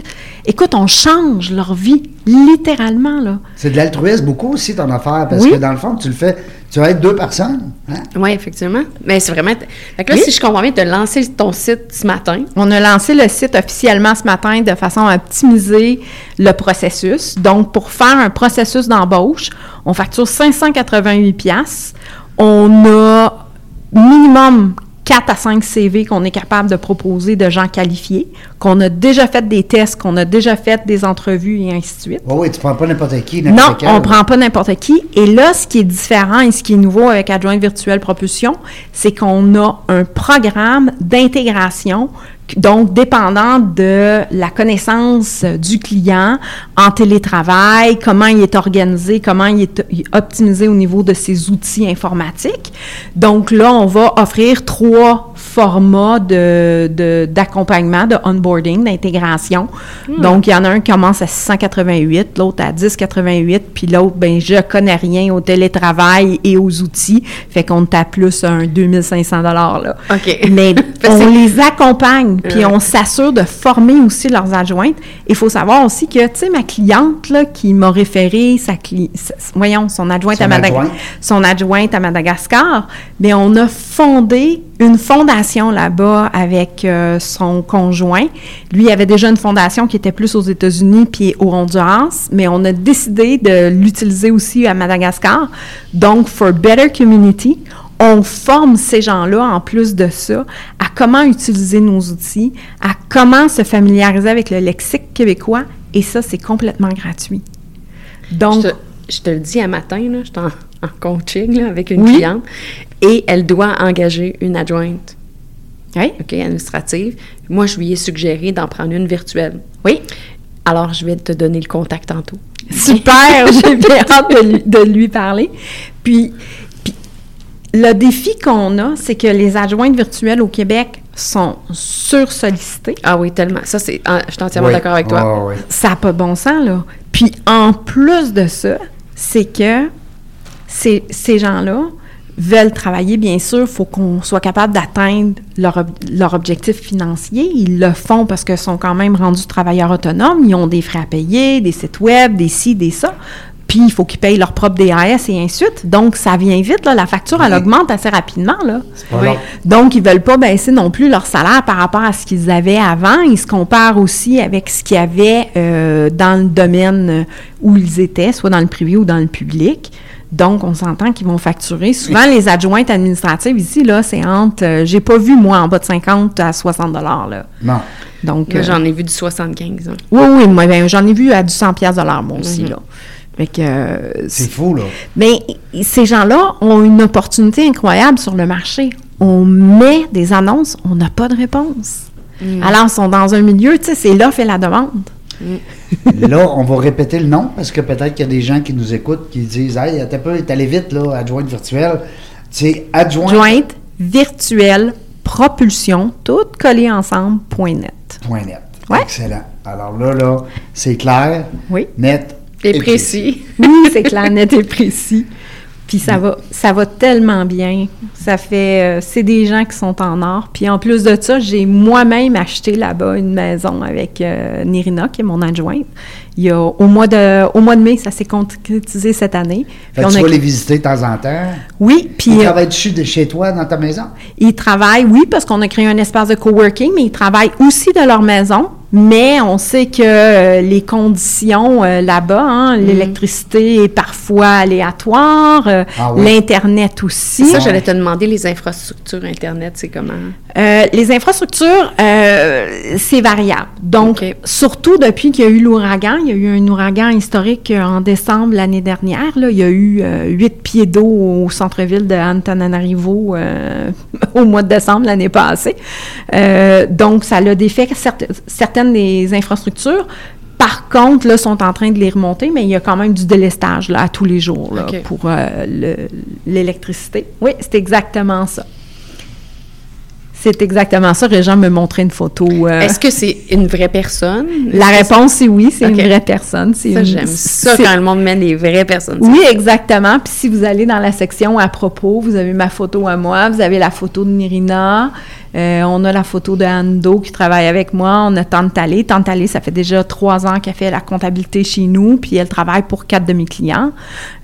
C: Écoute, on change leur vie littéralement. là.
A: C'est de l'altruisme beaucoup aussi ton affaire, parce
C: Oui.
A: que dans le fond, tu le fais, tu vas être deux personnes. hein?
B: oui, effectivement. Mais c'est vraiment. Fait que là,
C: Oui.
B: si je comprends bien, tu as lancé ton site ce matin.
C: On a lancé le site officiellement ce matin de façon à optimiser le processus. Donc, pour faire un processus d'embauche, on facture 588 pièces. On a minimum 4 à 5 CV qu'on est capable de proposer de gens qualifiés, qu'on a déjà fait des tests, qu'on a déjà fait des entrevues et ainsi de suite.
A: Oh Oui, oui, tu prends pas n'importe qui,
C: Non,
A: n'importe quel.
C: on prend pas n'importe qui. Et là, ce qui est différent et ce qui est nouveau avec Adjointe Virtuelle Propulsion, c'est qu'on a un programme d'intégration, qu- donc dépendant de la connaissance euh, du client en télétravail, comment il est organisé, comment il est o- optimisé au niveau de ses outils informatiques. Donc là, on va offrir trois formats de- de- d'accompagnement, de, onboarding, d'intégration.
B: Hmm.
C: Donc, il y en a un qui commence à 688, l'autre à 1088, puis l'autre, ben je connais rien au télétravail et aux outils, fait qu'on tape plus un 2500 là.
B: OK.
C: Mais
B: Fait que
C: on
B: c'est-
C: les accompagne, puis
B: Ouais.
C: on s'assure de former aussi leurs adjointes. Il faut savoir aussi que, tu sais, ma cliente là, qui m'a référé, sa cli- sa- voyons, son adjointe
A: Son
C: à Madagascar,
A: adjointe.
C: son adjointe à Madagascar, mais on a fondé une fondation là-bas avec euh, son conjoint. Lui avait déjà une fondation qui était plus aux États-Unis puis au Honduras, mais on a décidé de l'utiliser aussi à Madagascar. Donc, for better community, on forme ces gens-là, en plus de ça, à comment utiliser nos outils, à comment se familiariser avec le lexique québécois, et ça, c'est complètement gratuit.
B: Je
C: Donc,
B: te, je te le dis à matin, là, je suis en, en coaching là, avec une
C: Oui.
B: cliente et elle doit engager une adjointe
C: oui,
B: ok, administrative. Moi, je lui ai suggéré d'en prendre une virtuelle.
C: oui.
B: Alors, je vais te donner le contact tantôt.
C: Super, j'ai bien hâte de lui, de lui parler. Puis, puis le défi qu'on a, c'est que les adjointes virtuelles au Québec sont sursollicitées.
B: Ah oui, tellement. Ça, c'est. ah, je suis entièrement
A: Oui.
B: d'accord avec toi.
A: Ah, oui.
C: Ça n'a pas de bon sens, là. Puis en plus de ça, c'est que ces, ces gens-là veulent travailler, bien sûr, il faut qu'on soit capable d'atteindre leur, ob- leur objectif financier. Ils le font parce qu'ils sont quand même rendus travailleurs autonomes, ils ont des frais à payer, des sites web, des ci, des ça. Puis il faut qu'ils payent leur propre DAS et ainsi de suite. Donc, ça vient vite, là. la facture, elle
A: Oui.
C: augmente assez rapidement. Là.
A: pas
B: Oui.
A: long.
C: Donc, ils veulent pas baisser non plus leur salaire par rapport à ce qu'ils avaient avant. Ils se comparent aussi avec ce qu'il y avait euh, dans le domaine euh, où ils étaient, soit dans le privé ou dans le public. Donc, on s'entend qu'ils vont facturer. Souvent, les adjointes administratives ici, là, c'est entre, euh, j'ai pas vu, moi, en bas de 50 à 60 dollars, là.
A: Non.
C: Donc,
B: Moi,
C: euh,
B: J'en ai vu du 75. hein.
C: oui, oui, moi, ben, j'en ai vu à du 100 piastres de l'heure, moi aussi,
B: Mhm.
C: là. Fait que, euh,
A: C'est fou, là.
C: mais Ben, ces gens-là ont une opportunité incroyable sur le marché. On met des annonces, on n'a pas de réponse. Alors, ils sont dans un milieu, tu sais, c'est l'offre et la demande.
A: là, on va répéter le nom parce que peut-être qu'il y a des gens qui nous écoutent qui disent Hey, t'as peu, t'es allé vite, là, adjointe virtuelle. Tu sais, adjointe.
C: Jointe virtuelle propulsion, toutes collées ensemble, point net.
A: Point net.
C: Ouais.
A: Excellent. Alors là, là, c'est clair,
C: Oui.
A: net
B: Et précis.
C: Oui, c'est clair, net et précis. Puis ça va, ça va tellement bien. Ça fait, euh, c'est des gens qui sont en or. Puis en plus de ça, j'ai moi-même acheté là-bas une maison avec euh, Nirina, qui est mon adjointe. Il y a, au mois de, au mois de mai, ça s'est concrétisé cette année.
A: Fait
C: Puis
A: que
C: on
A: tu
C: a-
A: vas les visiter de temps en temps.
C: Oui,
A: Ils
C: puis euh,
A: travaillent dessus de chez toi, dans ta maison.
C: ils travaillent, oui, parce qu'on a créé un espace de coworking, mais ils travaillent aussi de leur maison. Mais on sait que euh, les conditions euh, là-bas, hein, l'électricité est parfois aléatoire, euh,
A: Ah oui.
C: l'Internet aussi.
B: Ça, j'allais te demander les infrastructures Internet, c'est comment?
C: Euh, les infrastructures, euh, c'est variable. Donc,
B: OK.
C: surtout depuis qu'il y a eu l'ouragan, il y a eu un ouragan historique euh, en décembre l'année dernière. Là, il y a eu euh, huit pieds d'eau au centre-ville de Antananarivo euh, au mois de décembre l'année passée. Euh, donc, ça l'a défait certes- certaines des infrastructures. Par contre, là, sont en train de les remonter, mais il y a quand même du délestage là, à tous les jours là,
B: OK.
C: pour euh, le- l'électricité. Oui, c'est exactement ça. C'est exactement ça. Régent me montrait une photo. euh,
B: Est-ce que c'est une vraie personne?
C: la
B: Est-ce que
C: réponse, c'est oui, c'est
B: Ok.
C: une vraie personne. c'est
B: Ça,
C: une-
B: j'aime ça
C: c'est-
B: quand le monde met des vraies personnes.
C: Oui, exactement. Puis si vous allez dans la section à propos, vous avez ma photo à moi, vous avez la photo de Nirina, euh, on a la photo de Ando qui travaille avec moi, on a Tante Talley. Tante Talley, ça fait déjà trois ans qu'elle fait la comptabilité chez nous, puis elle travaille pour quatre de mes clients.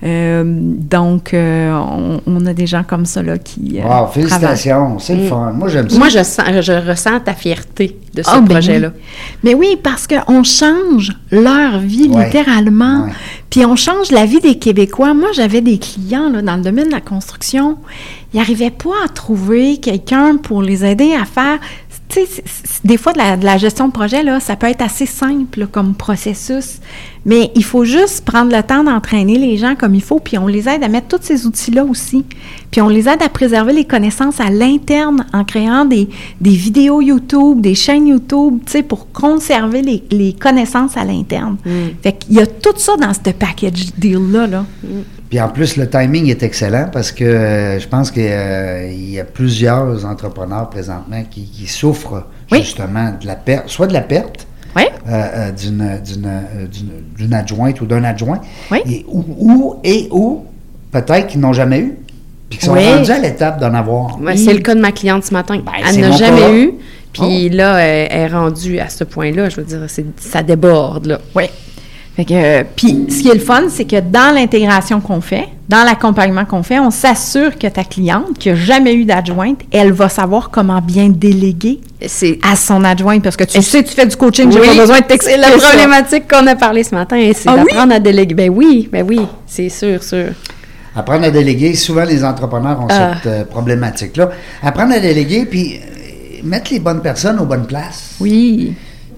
C: Euh, donc, euh, on, on a des gens comme ça là, qui.
A: Wow,
C: euh, travaillent.
A: Ah, félicitations, c'est le fun. Moi, j'aime ça.
B: Moi, je, sens, je ressens ta fierté de ce
C: Ah, ben
B: projet-là.
C: oui. Mais oui, parce qu'on change leur vie
A: Ouais.
C: littéralement.
A: Ouais.
C: Puis on change la vie des Québécois. Moi, j'avais des clients là, dans le domaine de la construction. ils n'arrivaient pas à trouver quelqu'un pour les aider à faire. Tu sais, c'est- c'est- des fois, de la, de la gestion de projet, là, ça peut être assez simple là, comme processus, mais il faut juste prendre le temps d'entraîner les gens comme il faut, puis on les aide à mettre tous ces outils-là aussi. Puis on les aide à préserver les connaissances à l'interne en créant des, des vidéos YouTube, des chaînes YouTube, tu sais, pour conserver les, les connaissances à l'interne. Fait qu'il y a tout ça dans ce package deal-là. Là.
A: Puis en plus, le timing est excellent parce que euh, je pense qu'il y a plusieurs entrepreneurs présentement qui, qui souffrent
B: Oui.
A: justement de la perte, soit de la perte
B: Oui.
A: euh, euh, d'une- d'une euh, d'une- d'une adjointe ou d'un adjoint,
B: Oui.
A: et, ou, ou- et ou peut-être qu'ils n'ont jamais eu, puis qu'ils sont
B: Oui.
A: rendus à l'étape d'en avoir.
B: Ouais, c'est le cas de ma cliente ce matin.
A: c'est
B: elle n'a
A: mon
B: jamais
A: cas.
B: eu. Puis là, elle, elle est rendue à ce point-là. Je veux dire, c'est, ça déborde, là.
C: Oui. Fait que, euh, puis, ce qui est le fun, c'est que dans l'intégration qu'on fait, dans l'accompagnement qu'on fait, on s'assure que ta cliente, qui n'a jamais eu d'adjointe, elle va savoir comment bien déléguer
B: C'est
C: à son adjointe. Parce que tu sais, tu fais du coaching, j'ai
B: Oui,
C: pas besoin de
B: c'est
C: t'expliquer.
B: la
C: ça.
B: problématique qu'on a parlé ce matin, c'est
C: Ah oui?
B: d'apprendre à déléguer. Ben oui, ben oui, c'est sûr, sûr.
A: Apprendre à déléguer, souvent les entrepreneurs ont
B: Ah.
A: cette euh, problématique-là. Apprendre à déléguer, puis euh, mettre les bonnes personnes aux bonnes places.
C: Oui.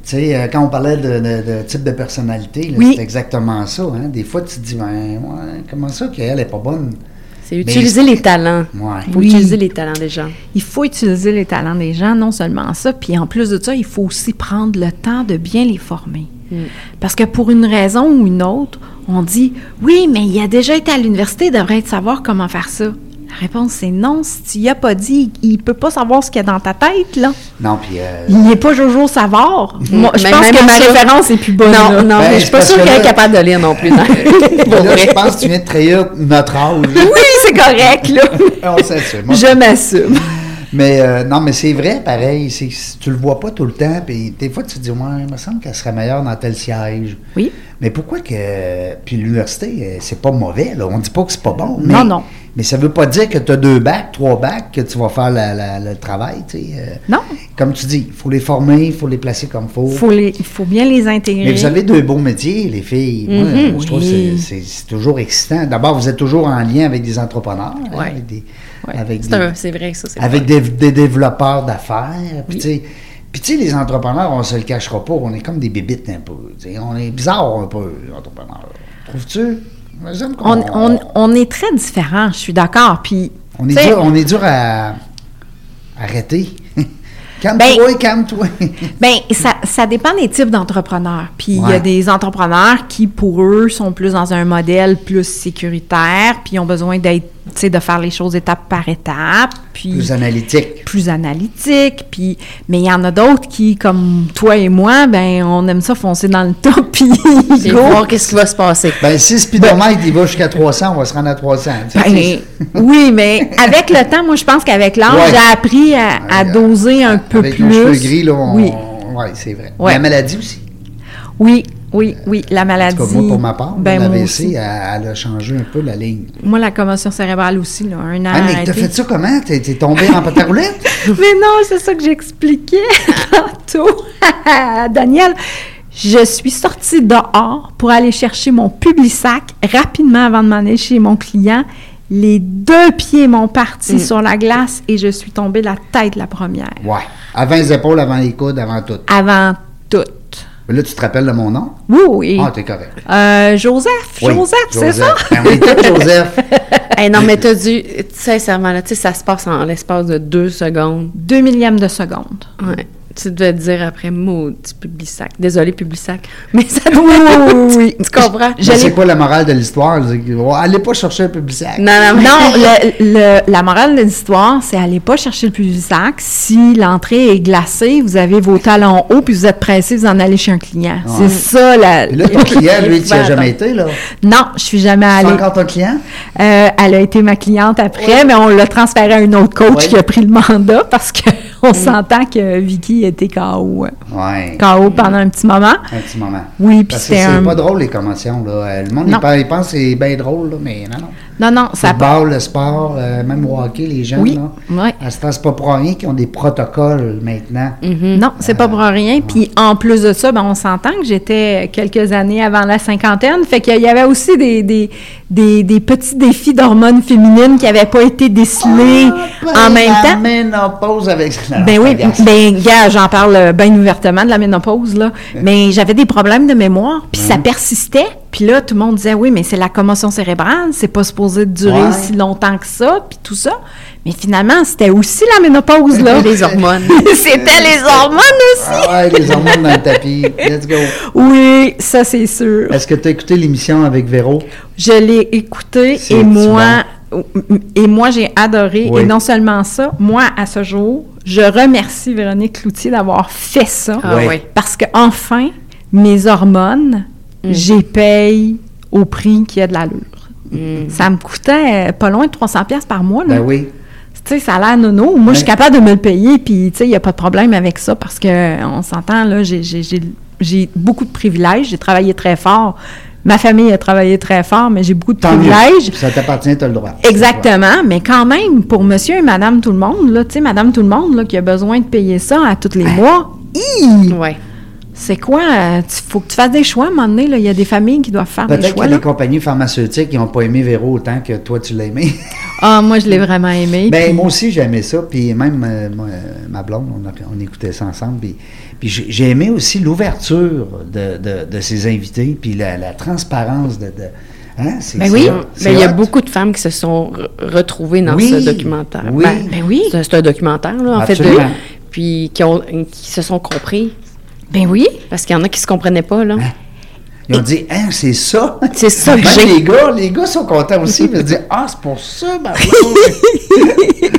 A: Tu sais, euh, quand on parlait de, de- de type de personnalité, là,
C: Oui.
A: c'est exactement ça. hein. Des fois, tu te dis, ben, ouais, comment ça qu'elle n'est pas bonne?
B: C'est utiliser les talents.
A: Ouais.
B: Il faut
C: Oui.
B: utiliser les talents des gens.
C: Il faut utiliser les talents des gens, non seulement ça, puis en plus de ça, il faut aussi prendre le temps de bien les former.
B: Mm.
C: Parce que pour une raison ou une autre, on dit oui, mais il a déjà été à l'université, il devrait savoir comment faire ça. La réponse c'est non. Si tu n'y as pas dit, il peut pas savoir ce qu'il y a dans ta tête là.
A: Non, puis... euh,
C: Il n'est pas Jojo savoir. Moi, je
B: Mm. Mais
C: pense
B: même
C: que ma
B: ça-
C: référence est plus bonne.
B: Non,
C: là.
B: non,
A: Ben,
B: mais je suis pas
A: parce
B: sûre
A: que
B: qu'elle
A: là-
B: est capable de lire non plus. non. Pour
A: là,
B: vrai.
A: je pense que tu viens de trahir notre âge. Ah,
C: Oui, c'est correct là.
A: on s'assume. on
C: je m'assume.
A: Mais euh, non, mais c'est vrai, pareil. c'est- c'est- tu le vois pas tout le temps. Puis des fois, tu te dis, ouais, il me semble qu'elle serait meilleure dans tel siège.
C: Oui.
A: Mais pourquoi que. Puis l'université, euh, c'est pas mauvais, là. On dit pas que c'est pas bon. Mais,
C: Non, non.
A: Mais ça veut pas dire que tu as deux bacs, trois bacs, que tu vas faire la- la- le travail, tu sais. euh.
C: Non.
A: Comme tu dis, il faut les former, il faut les placer comme il faut.
C: Faut les, faut bien les intégrer.
A: Mais vous avez deux beaux métiers, les filles. Moi, je trouve que c'est-
C: Oui.
A: c'est c'est toujours excitant. D'abord, vous êtes toujours en lien avec des entrepreneurs, hein,
B: Ouais.
A: avec des.
C: Ouais.
A: avec
B: C'est
A: des-
B: un- C'est vrai, ça, c'est vrai.
A: avec des, des développeurs d'affaires. Puis, tu sais, puis tu sais, les entrepreneurs, on se le cachera pas, on est comme des bébites un peu. tu sais. On est bizarre un peu, les entrepreneurs. Trouves-tu? Moi, j'aime qu'on-
C: On, on- on est très différents, je suis d'accord. Puis,
A: on est
C: tu sais,
A: dur, on est dur à arrêter. calme-toi, calme-toi.
C: ben, ça, ça dépend des types d'entrepreneurs. Puis, il y
A: Ouais.
C: a des entrepreneurs qui, pour eux, sont plus dans un modèle plus sécuritaire, puis ont besoin d'être, tu sais, de faire les choses étape par étape, puis
A: Plus analytique.
C: plus analytique. Puis, mais il y en a d'autres qui, comme toi et moi, ben, on aime ça foncer dans le top, puis
B: C'est
C: go.
B: voir qu'est-ce qui va se passer.
A: Ben, si le speedomètre, il va jusqu'à 300, on va se rendre à 300. tu sais.
C: Ben, oui, mais avec le temps, moi, je pense qu'avec l'âge,
A: Ouais.
C: j'ai appris à, à
A: Ouais,
C: doser un peu
A: Avec
C: plus.
A: le cheveu gris, là, on...
C: Oui.
A: ouais, c'est vrai.
C: Ouais.
A: La maladie aussi.
C: Oui, oui, oui, la
A: En
C: maladie.
A: tout cas, moi, pour ma part,
C: ben, moi
A: l'AVC,
C: aussi.
A: elle, elle a changé un peu la ligne.
C: Moi, la commotion cérébrale aussi, là, un an
A: Ah, mais
C: arrêté.
A: t'as fait ça comment? T'es t'es tombé en pâte à roulettes?
C: Mais non, c'est ça que j'expliquais tantôt à Daniel. Je suis sortie dehors pour aller chercher mon public sac rapidement avant de m'en aller chez mon client. Les deux pieds m'ont parti sur la glace et je suis tombée la tête la première.
A: Ouais. Avant les épaules, avant les coudes, avant tout.
C: Avant tout.
A: Mais là, tu te rappelles de mon nom?
C: Oui, oui.
A: Ah, t'es correct.
C: Euh, Joseph,
A: Oui,
C: Joseph, c'est ça?
A: Ben oui, toi, Joseph.
B: Eh non, mais t'as dû, sincèrement, là, tu sais, ça se passe en l'espace de deux secondes.
C: Deux millièmes de seconde.
B: Ouais. Tu devais te dire après, maudit Publisac. Désolé, Publisac. Mais ça doit
C: oui.
B: Tu comprends?
A: Mais
B: J'allais-
A: c'est quoi la morale de l'histoire? C'est que, oh, Allez pas chercher un public sac.
B: Non, non, mais-
C: Non, le- le- la morale de l'histoire, c'est aller pas chercher le plus sac. Si l'entrée est glacée, vous avez vos talons hauts puis vous êtes pressé, vous en allez chez un client.
A: Ouais.
C: C'est ça la.
A: Et là, ton client, lui, tu n'y as
B: Attends.
A: jamais été, là.
C: Non, je suis jamais
A: C'est
C: allée.
A: encore ton client?
C: Euh, elle a été ma cliente après, mais on l'a transférée à un autre coach
A: Ouais.
C: qui a pris le mandat parce que on s'entend que Vicky était KO, euh,
A: Ouais.
C: KO pendant un petit moment.
A: Un petit moment.
C: Oui, puis
A: Parce que
C: c'était
A: c'est
C: un.
A: pas drôle, les conventions, là. Euh, Le monde, il
C: Non.
A: pense, il pense que c'est bien drôle, là, mais non, non.
C: Non, non, ça
A: Le
C: a pas.
A: football, le sport, euh, même au hockey, les jeunes,
C: Oui,
A: là.
C: ouais.
A: À ce temps, c'est pas pour rien qu'ils ont des protocoles maintenant.
C: Non, c'est pas pour rien. Puis en plus de ça, ben, on s'entend que j'étais quelques années avant la cinquantaine. Fait qu'il y avait aussi des, des, des, des petits défis d'hormones féminines qui n'avaient pas été décelés
A: Ah,
C: en même temps.
A: ménopause avec ça.
C: Ben oui, ben gars, j'en parle bien ouvertement de la ménopause, là. Mais j'avais des problèmes de mémoire, puis ça persistait. Puis là, tout le monde disait, oui, mais c'est la commotion cérébrale, c'est pas supposé durer
A: Ouais.
C: si longtemps que ça, puis tout ça. Mais finalement, c'était aussi la ménopause, là.
B: Les hormones.
C: c'était les hormones aussi.
A: Ah ouais, les hormones dans le tapis. Let's go.
C: Oui, ça, c'est sûr.
A: Est-ce que tu as écouté l'émission avec Véro?
C: Je l'ai écouté
A: C'est
C: et moi,
A: excellent.
C: et moi j'ai adoré.
A: Oui.
C: Et non seulement ça, moi, à ce jour, je remercie Véronique Cloutier d'avoir fait ça.
B: Ah
A: Ouais.
B: oui.
C: Parce que enfin, mes hormones, j'ai paye au prix qui a de l'allure. Ça me coûtait euh, pas loin de 300 pièces par mois. Là.
A: Ben oui.
C: Tu sais, ça a l'air nono. Moi, je suis
A: Ben-
C: capable de me le payer, puis tu sais, il n'y a pas de problème avec ça parce que euh, on s'entend, là, j'ai- j'ai- j'ai j'ai beaucoup de privilèges, j'ai travaillé très fort. Ma famille a travaillé très fort, mais j'ai beaucoup de
A: Tant mieux.
C: privilèges.
A: Ça t'appartient, tu as le droit.
C: Exactement, mais quand même, pour monsieur et madame tout le monde, là, tu sais, madame tout le monde, là, qui a besoin de payer ça à tous les mois, hi!
B: Ouais.
C: c'est quoi? Il faut que tu fasses des choix à un moment donné, là. Il y a des familles qui doivent faire des
A: Peut-être
C: choix,
A: que
C: là.
A: les compagnies pharmaceutiques n'ont pas aimé Véro autant que toi, tu l'as aimé.
C: Ah, moi, je l'ai vraiment aimé.
A: Ben,
C: puis-
A: moi aussi, j'aimais ça. Puis même euh, moi, euh, ma blonde, on, a- on écoutait ça ensemble. Puis, puis j'ai j'ai aimé aussi l'ouverture de, de, de ses invités, puis la, la transparence de. de hein, c'est-
B: Ben
A: c'est
B: oui,
A: hot,
B: mais
A: c'est
B: il y a
A: hot.
B: beaucoup de femmes qui se sont re- retrouvées dans
A: Oui,
B: ce documentaire.
A: oui.
B: Ben, ben oui. C'est un- C'est un documentaire, là, en fait.
A: Absolument.
B: de- puis qui, ont, qui se sont compris.
C: Ben oui.
B: Parce qu'il y en a qui se comprenaient pas, là.
A: Ils ont dit, hein, c'est ça.
B: C'est ça que
A: Même
B: j'ai.
A: Les gars, les gars sont contents aussi. Ils se disent, ah, c'est pour ça, ma blonde.
C: Et,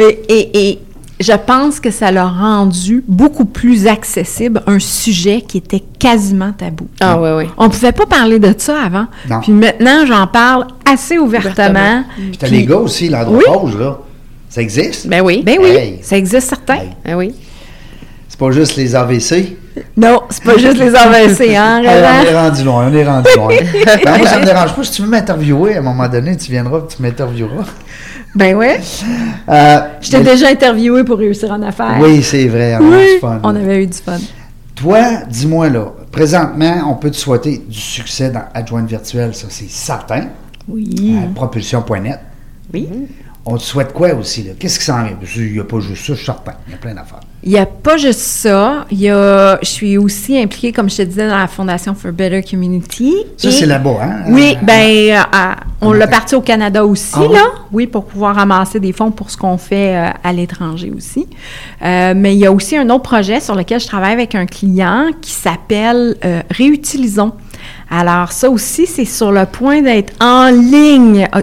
C: Euh, et- et je pense que ça leur a rendu beaucoup plus accessible un sujet qui était quasiment tabou.
B: Ah oui, oui.
C: On pouvait pas parler de ça avant.
A: Non.
C: Puis maintenant, j'en parle assez ouvertement.
B: Ouvertement.
A: Puis t'as les gars aussi, l'andropause, là. Ça existe.
B: Ben oui.
C: Ben oui,
A: Hey.
C: ça existe certain.
A: Hey.
B: Ben oui.
A: C'est pas juste les AVC.
C: Non, c'est pas juste les AVC,
B: Ah,
C: hein,
A: Hey, on
C: Roland?
A: est rendu loin, on est rendu loin. Ben, moi, ça me dérange pas. Si tu veux m'interviewer, à un moment donné, tu viendras tu m'intervieweras.
C: Ben ouais.
A: Euh,
C: Je t'ai
A: mais-
C: déjà interviewé pour réussir en affaires.
A: Oui, c'est vrai. On a
C: Oui,
A: du fun.
C: on avait eu du fun.
A: Toi, dis-moi là, présentement, on peut te souhaiter du succès dans Adjointe virtuelle, ça c'est certain.
C: Oui.
A: à propulsion.net.
C: Oui.
A: On te souhaite quoi aussi? là? Qu'est-ce qui s'en vient? Parce qu'il n'y a pas juste ça, je suis certain. Il y a plein d'affaires.
C: Il n'y a pas juste ça. Il y a, je suis aussi impliquée, comme je te disais, dans la Fondation for Better Community.
A: Ça,
C: Et-
A: c'est là-bas, hein?
C: Oui,
A: Euh,
C: ben, euh, à- on l'a
A: Attends.
C: parti au Canada aussi,
A: Ah oui?
C: là. Oui, pour pouvoir ramasser des fonds pour ce qu'on fait euh, à l'étranger aussi. Euh, mais il y a aussi un autre projet sur lequel je travaille avec un client qui s'appelle euh, Réutilisons. Alors, ça aussi, c'est sur le point d'être en ligne, euh,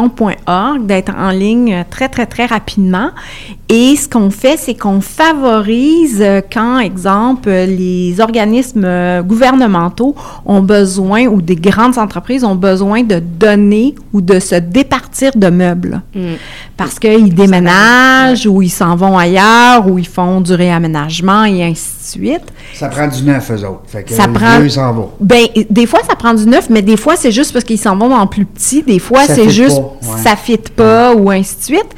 C: réutilisons.org, d'être en ligne euh, très, très, très rapidement. Et ce qu'on fait, c'est qu'on favorise euh, quand, exemple, euh, les organismes euh, gouvernementaux ont besoin ou des grandes entreprises ont besoin de donner ou de se départir de meubles. Parce qu'ils déménagent ou ils s'en vont ailleurs ou ils font du réaménagement et ainsi de suite.
A: Ça prend du neuf, eux autres. Fait que
C: Ça
A: le
C: prend-
A: vieux, il s'en va.
C: Ben, des fois, ça prend du neuf, mais des fois, c'est juste parce qu'ils s'en vont en plus petit. Des fois,
A: Ça
C: c'est
A: fit
C: juste
A: pas, ouais.
C: ça fit pas ou ainsi de suite.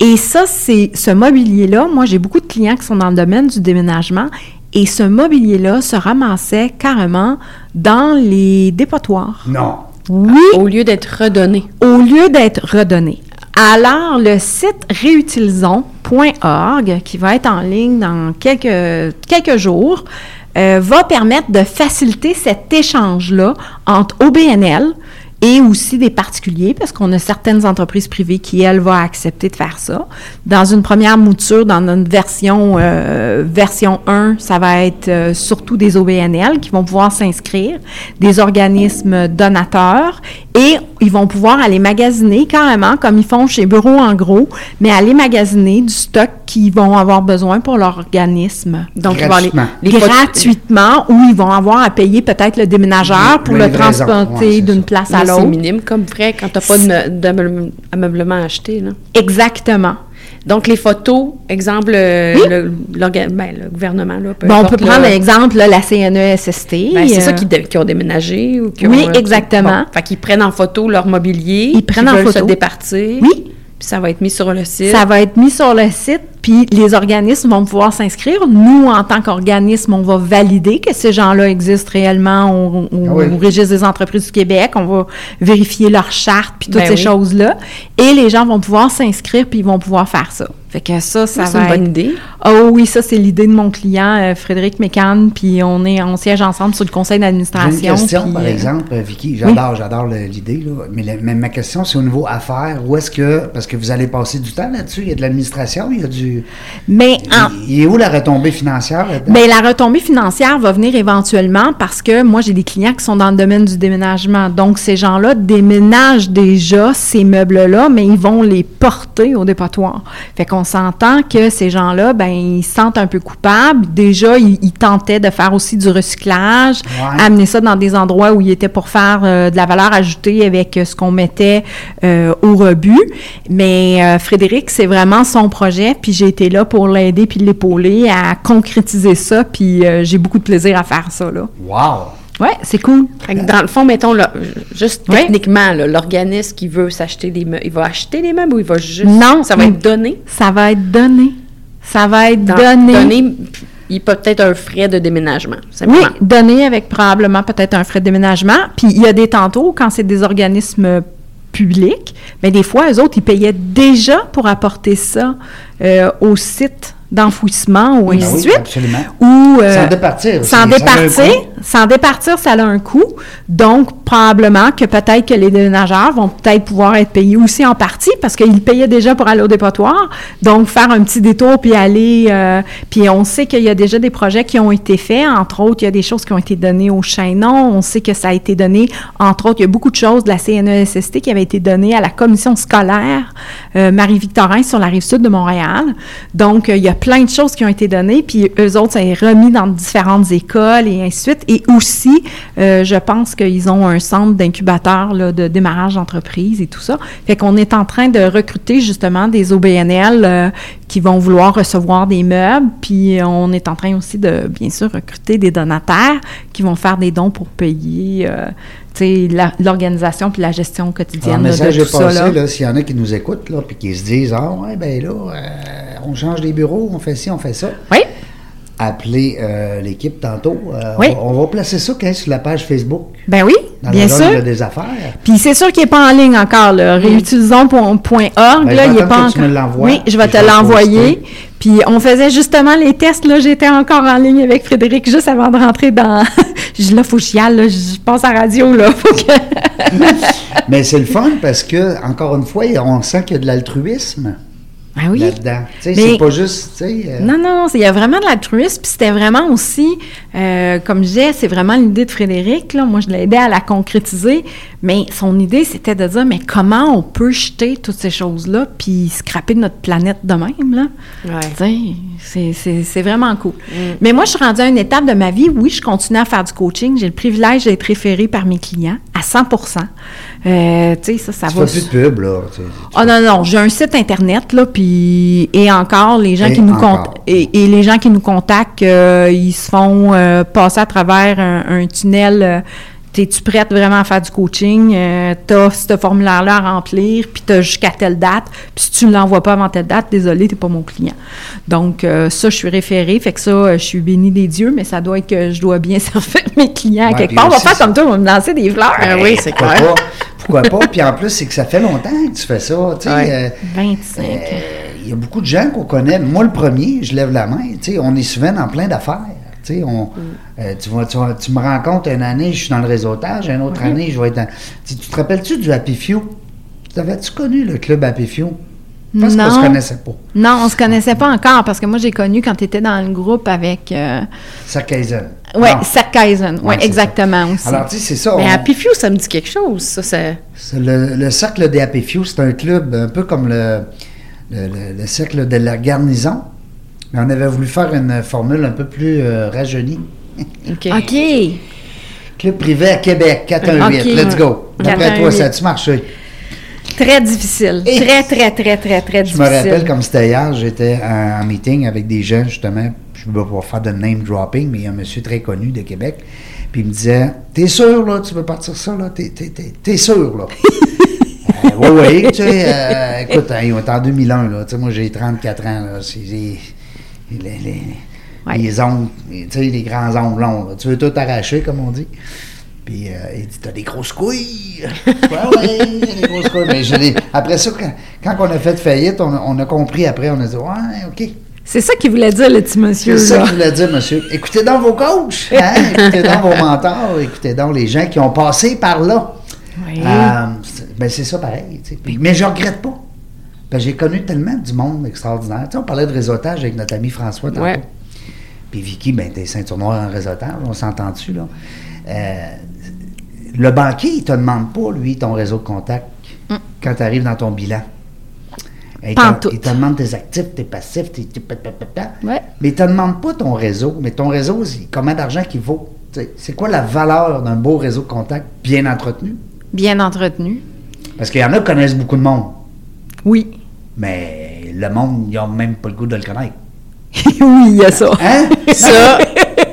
C: Et ça, c'est ce mobilier-là. Moi, j'ai beaucoup de clients qui sont dans le domaine du déménagement. Et ce mobilier-là se ramassait carrément dans les dépotoirs.
A: Non.
C: Oui,
B: Au lieu d'être redonné.
C: au lieu d'être redonné. Alors, le site réutilisons.org, qui va être en ligne dans quelques, quelques jours, euh, va permettre de faciliter cet échange-là entre OBNL et aussi des particuliers, parce qu'on a certaines entreprises privées qui, elles, vont accepter de faire ça. Dans une première mouture, dans notre version, euh, version 1, ça va être euh, surtout des OBNL qui vont pouvoir s'inscrire, des organismes donateurs, et ils vont pouvoir aller magasiner carrément, comme ils font chez Bureau en gros, mais aller magasiner du stock qu'ils vont avoir besoin pour leur organisme.
B: Donc, ils vont aller-
A: Gratuitement.
B: les photos-
C: gratuitement, ou ils vont avoir à payer peut-être le déménageur pour
A: La
C: le
A: livraison, ouais,
C: transporter
A: c'est ça.
C: d'une place à
B: Mais C'est
C: l'autre.
B: minime comme frais quand t'as pas de me- d'ameuble- d'ameublement à acheter, là.
C: Exactement.
B: Donc, les photos, exemple, euh, le, l'orga- ben, le gouvernement, là, peu
C: Bon, Hein? on
B: importe,
C: peut
B: là,
C: prendre l'exemple la E CNESST.
B: ben, c'est
C: euh,
B: ça qui, dé- qui ont déménagé ou qui
C: Oui,
B: ont, euh,
C: exactement.
B: Bon, fait qu'ils prennent en photo leur mobilier,
C: Ils prennent
B: qu'ils
C: en
B: veulent se
C: photo.
B: départir.
C: Oui.
B: Puis ça va être mis sur le site.
C: Ça va être mis sur le site, puis les organismes vont pouvoir s'inscrire. Nous, en tant qu'organisme, on va valider que ces gens-là existent réellement au, au-
A: Ah oui.
C: au registre des entreprises du Québec. On va vérifier leurs chartes, puis toutes
B: Ben
C: ces
B: oui.
C: choses-là. Et les gens vont pouvoir s'inscrire, puis ils vont pouvoir faire ça. Fait que ça, ça
B: Ça, c'est
C: va
B: une bonne
C: être-
B: idée.
C: Oh oui, ça, c'est l'idée de mon client, euh, Frédéric Mécan, puis on est on siège ensemble sur le conseil
A: J'ai
C: d'administration.
A: une question,
C: puis,
A: par
C: euh,
A: exemple, euh, Vicky. J'adore, j'adore le- l'idée, là. Mais, la- mais ma question, c'est au niveau affaires. Où est-ce que. Parce que vous allez passer du temps là-dessus. Il y a de l'administration, il y a du.
C: Mais Ben, en,
A: Il, il est où la retombée financière là-dedans?
C: Mais Ben, la retombée financière va venir éventuellement parce que moi, j'ai des clients qui sont dans le domaine du déménagement. Donc, ces gens-là déménagent déjà ces meubles-là, mais ils vont les porter au dépotoir. Fait qu'on s'entend que ces gens-là, ben, ils se sentent un peu coupables. Déjà, ils, ils tentaient de faire aussi du recyclage,
A: Ouais.
C: amener ça dans des endroits où ils étaient pour faire euh, de la valeur ajoutée avec euh, ce qu'on mettait euh, au rebut. Mais euh, Frédéric, c'est vraiment son projet, puis j'ai été là pour l'aider puis l'épauler à concrétiser ça, puis euh, j'ai beaucoup de plaisir à faire ça, là.
A: Wow!
C: Ouais, c'est cool.
B: Fait que dans le fond, mettons, là, juste
C: Ouais.
B: techniquement, là, l'organisme qui veut s'acheter des meubles, il va acheter des meubles ou il va juste.
C: Non,
B: Ça va
C: il-
B: être donné.
C: Ça va être donné. Ça va être
B: Dans-
C: donné.
B: p- Il peut peut-être un frais de déménagement.
C: Oui,
B: simplement.
C: donné avec probablement peut-être un frais de déménagement. Puis il y a des tantôt, quand c'est des organismes euh, publics, mais des fois, eux autres, ils payaient déjà pour apporter ça euh, au site d'enfouissement ou
A: Ben
C: ainsi de
A: oui,
C: suite.
A: absolument.
C: Ou, euh,
A: Sans départir,
C: Sans
A: c'est- ça a un
C: départir,
A: coût.
C: sans départir, ça a un coût. Donc, probablement que peut-être que les déménageurs vont peut-être pouvoir être payés aussi en partie parce qu'ils payaient déjà pour aller au dépotoir. Donc, faire un petit détour puis aller. euh, puis on sait qu'il y a déjà des projets qui ont été faits. Entre autres, il y a des choses qui ont été données au Chaînon. On sait que ça a été donné. Entre autres, il y a beaucoup de choses de la E CNESST qui avaient été données à la commission scolaire euh, Marie-Victorin sur la rive sud de Montréal. Donc, euh, il y a plein de choses qui ont été données, puis eux autres, ça est remis dans différentes écoles et ainsi de suite. Et aussi, euh, je pense qu'ils ont un centre d'incubateur là, de démarrage d'entreprise et tout ça. Fait qu'on est en train de recruter justement des OBNL euh, qui vont vouloir recevoir des meubles, puis on est en train aussi de, bien sûr, recruter des donataires qui vont faire des dons pour payer. euh, tu sais, la- l'organisation puis la gestion
A: Ah, Un
C: quotidienne là,
A: message
C: de
A: est
C: tout ça.
A: passé,
C: là.
A: là, s'il y en a qui nous écoutent, là, puis qui se disent, ah, ouais, ben là, euh, on change les bureaux, on fait ci, on fait ça.
C: Oui.
A: Appelez euh, l'équipe tantôt. Euh,
C: Oui.
A: on, va- on va placer ça quand même, sur la page Facebook,
C: Ben oui,
A: dans
C: bien
A: la zone
C: sûr.
A: des affaires.
C: Puis c'est sûr qu'il n'est pas en ligne encore, là. Réutilisons.org,
A: Mm. Ben, je
C: là,
A: vais
C: il n'est
A: attendre
C: pas
A: que tu
C: encore.
A: me l'envoies,
C: oui, je vais
A: puis
C: te
A: je vais le
C: l'envoyer.
A: poster.
C: Puis on faisait justement les tests, là, j'étais encore en ligne avec Frédéric juste avant de rentrer dans... Je dis, là, faut que j'y aille, là, je passe à la radio, là, faut que...
A: Mais c'est le fun parce que, encore une fois, on sent qu'il y a de l'altruisme
C: Ben oui.
A: là-dedans. Tu sais,
C: Mais-
A: c'est pas juste, tu sais, euh,
C: Non, non, c'est- il y a vraiment de l'altruisme. Puis c'était vraiment aussi, euh, comme je disais, c'est vraiment l'idée de Frédéric. Là. Moi, je l'ai aidé à la concrétiser. Mais son idée, c'était de dire, mais comment on peut jeter toutes ces choses-là puis scraper notre planète de même, là?
B: Ouais.
C: Tu sais, c'est- C'est c'est vraiment cool.
A: Mm.
C: Mais moi, je suis rendue à une étape de ma vie. Oui, je continue à faire du coaching. J'ai le privilège d'être référée par mes clients à 100 Euh, Tu sais, ça, ça
A: tu
C: va...
A: fais plus de pub, là. tu sais.
C: Ah non, non, j'ai un site internet, là, puis et encore, les gens
A: Et
C: qui nous
A: encore.
C: contactent et, et les gens qui nous contactent, euh, ils se font euh, passer à travers un, un tunnel. euh, T'es-tu prête vraiment à faire du coaching? Euh, t'as ce formulaire-là à remplir, puis t'as jusqu'à telle date. Puis si tu ne l'envoies pas avant telle date, désolé, t'es pas mon client. Donc, euh, ça, je suis référée. Fait que ça, euh, je suis bénie des dieux, mais ça doit être que je dois bien servir mes clients à
A: Ouais,
C: quelque
A: puis
C: part. On va
A: aussi,
C: faire
A: ça-
C: comme toi, on va me lancer des fleurs.
B: Ben oui, c'est
A: Pourquoi
B: clair.
A: pas? Pourquoi pas? Puis en plus, c'est que ça fait longtemps que tu fais ça. tu sais,
B: Ouais.
A: euh,
C: 25 ans.
A: Euh, Il y a beaucoup de gens qu'on connaît. Moi, le premier, je lève la main. Tu sais, on est souvent en plein d'affaires. Tu sais,
C: Mm.
A: on, euh, tu, vois, tu, vois- tu me rencontres une année, je suis dans le réseautage. Une autre année, je vais être dans... Tu, sais, tu te rappelles-tu du Happy Few? T'avais-tu connu le club Happy Few? Parce qu'on
C: Non.
A: se connaissait pas.
C: Non, on se connaissait pas encore parce que moi j'ai connu quand tu étais dans le groupe avec euh,
A: Sarkaisen.
C: ouais,
A: Non.
C: Sarkaisen,
A: Ah. Ouais,
C: ouais,
A: c'est
C: exactement aussi.
A: Alors, tu sais, c'est ça.
B: Mais
A: on-
B: Happy Few, ça me dit quelque chose. Ça, c'est.
A: c'est le, le cercle des Happy Few, c'est un club un peu comme le, le, le- le cercle de la garnison. Mais on avait voulu faire une formule un peu plus euh, rajeunie.
B: OK.
C: OK.
A: Club privé à Québec, 418.
C: Ok.
A: Let's go. D'après
C: 418.
A: toi, ça a-tu marché?
C: Très difficile,
A: Et-
C: très très très très très
A: Je
C: difficile.
A: me rappelle comme c'était hier, j'étais en en meeting avec des gens, justement. Je ne vais pas faire de name dropping, mais il y a un monsieur très connu de Québec. Puis il me disait T'es sûr, là, tu veux partir ça, là? T'es, t'es- t'es- t'es sûr, là? oui, oui, tu sais, euh, écoute, hein, on est en 2001, là, tu sais, moi j'ai 34 ans, là, c'est les, les, les,
C: Ouais.
A: les ongles, tu sais, les grands ongles longs, là. tu veux tout arracher, comme on dit. Puis euh, il dit, t'as des grosses couilles! ouais, ouais, j'ai des grosses couilles. Mais je l'ai- après ça, quand, quand on a fait faillite, on, a- on a compris après, on a dit, ouais, OK.
C: C'est ça qu'il voulait dire, le petit monsieur.
A: C'est ça
C: là.
A: que je voulais dire, monsieur. Écoutez donc vos coachs, hein? écoutez donc vos mentors, écoutez donc les gens qui ont passé par là.
C: Oui.
A: Euh, c'est- ben c'est ça pareil. tu sais. Puis- mais je regrette pas. Ben, j'ai connu tellement du monde extraordinaire. Tu sais, on parlait de réseautage avec notre ami François tantôt.
B: Ouais.
A: Puis Vicky, ben, t'es ceinture noire en réseautage, on s'entend dessus. Là. Euh, le banquier, il te demande pas, lui, ton réseau de contact quand tu arrives dans ton bilan. Il te,
C: Pantoute.
A: il te demande tes actifs, tes passifs, tes... tes pa- pa- pa- pa.
C: Ouais.
A: Mais il te demande pas ton réseau. Mais ton réseau, c'est combien d'argent qu'il vaut? Tu sais, C'est quoi la valeur d'un beau réseau de contact bien entretenu?
C: Bien entretenu.
A: Parce qu'il y en a qui connaissent beaucoup de monde,
C: Oui.
A: mais le monde, ils n'ont même pas le goût de le connaître.
C: oui, il y a ça.
A: Hein?
B: Ça,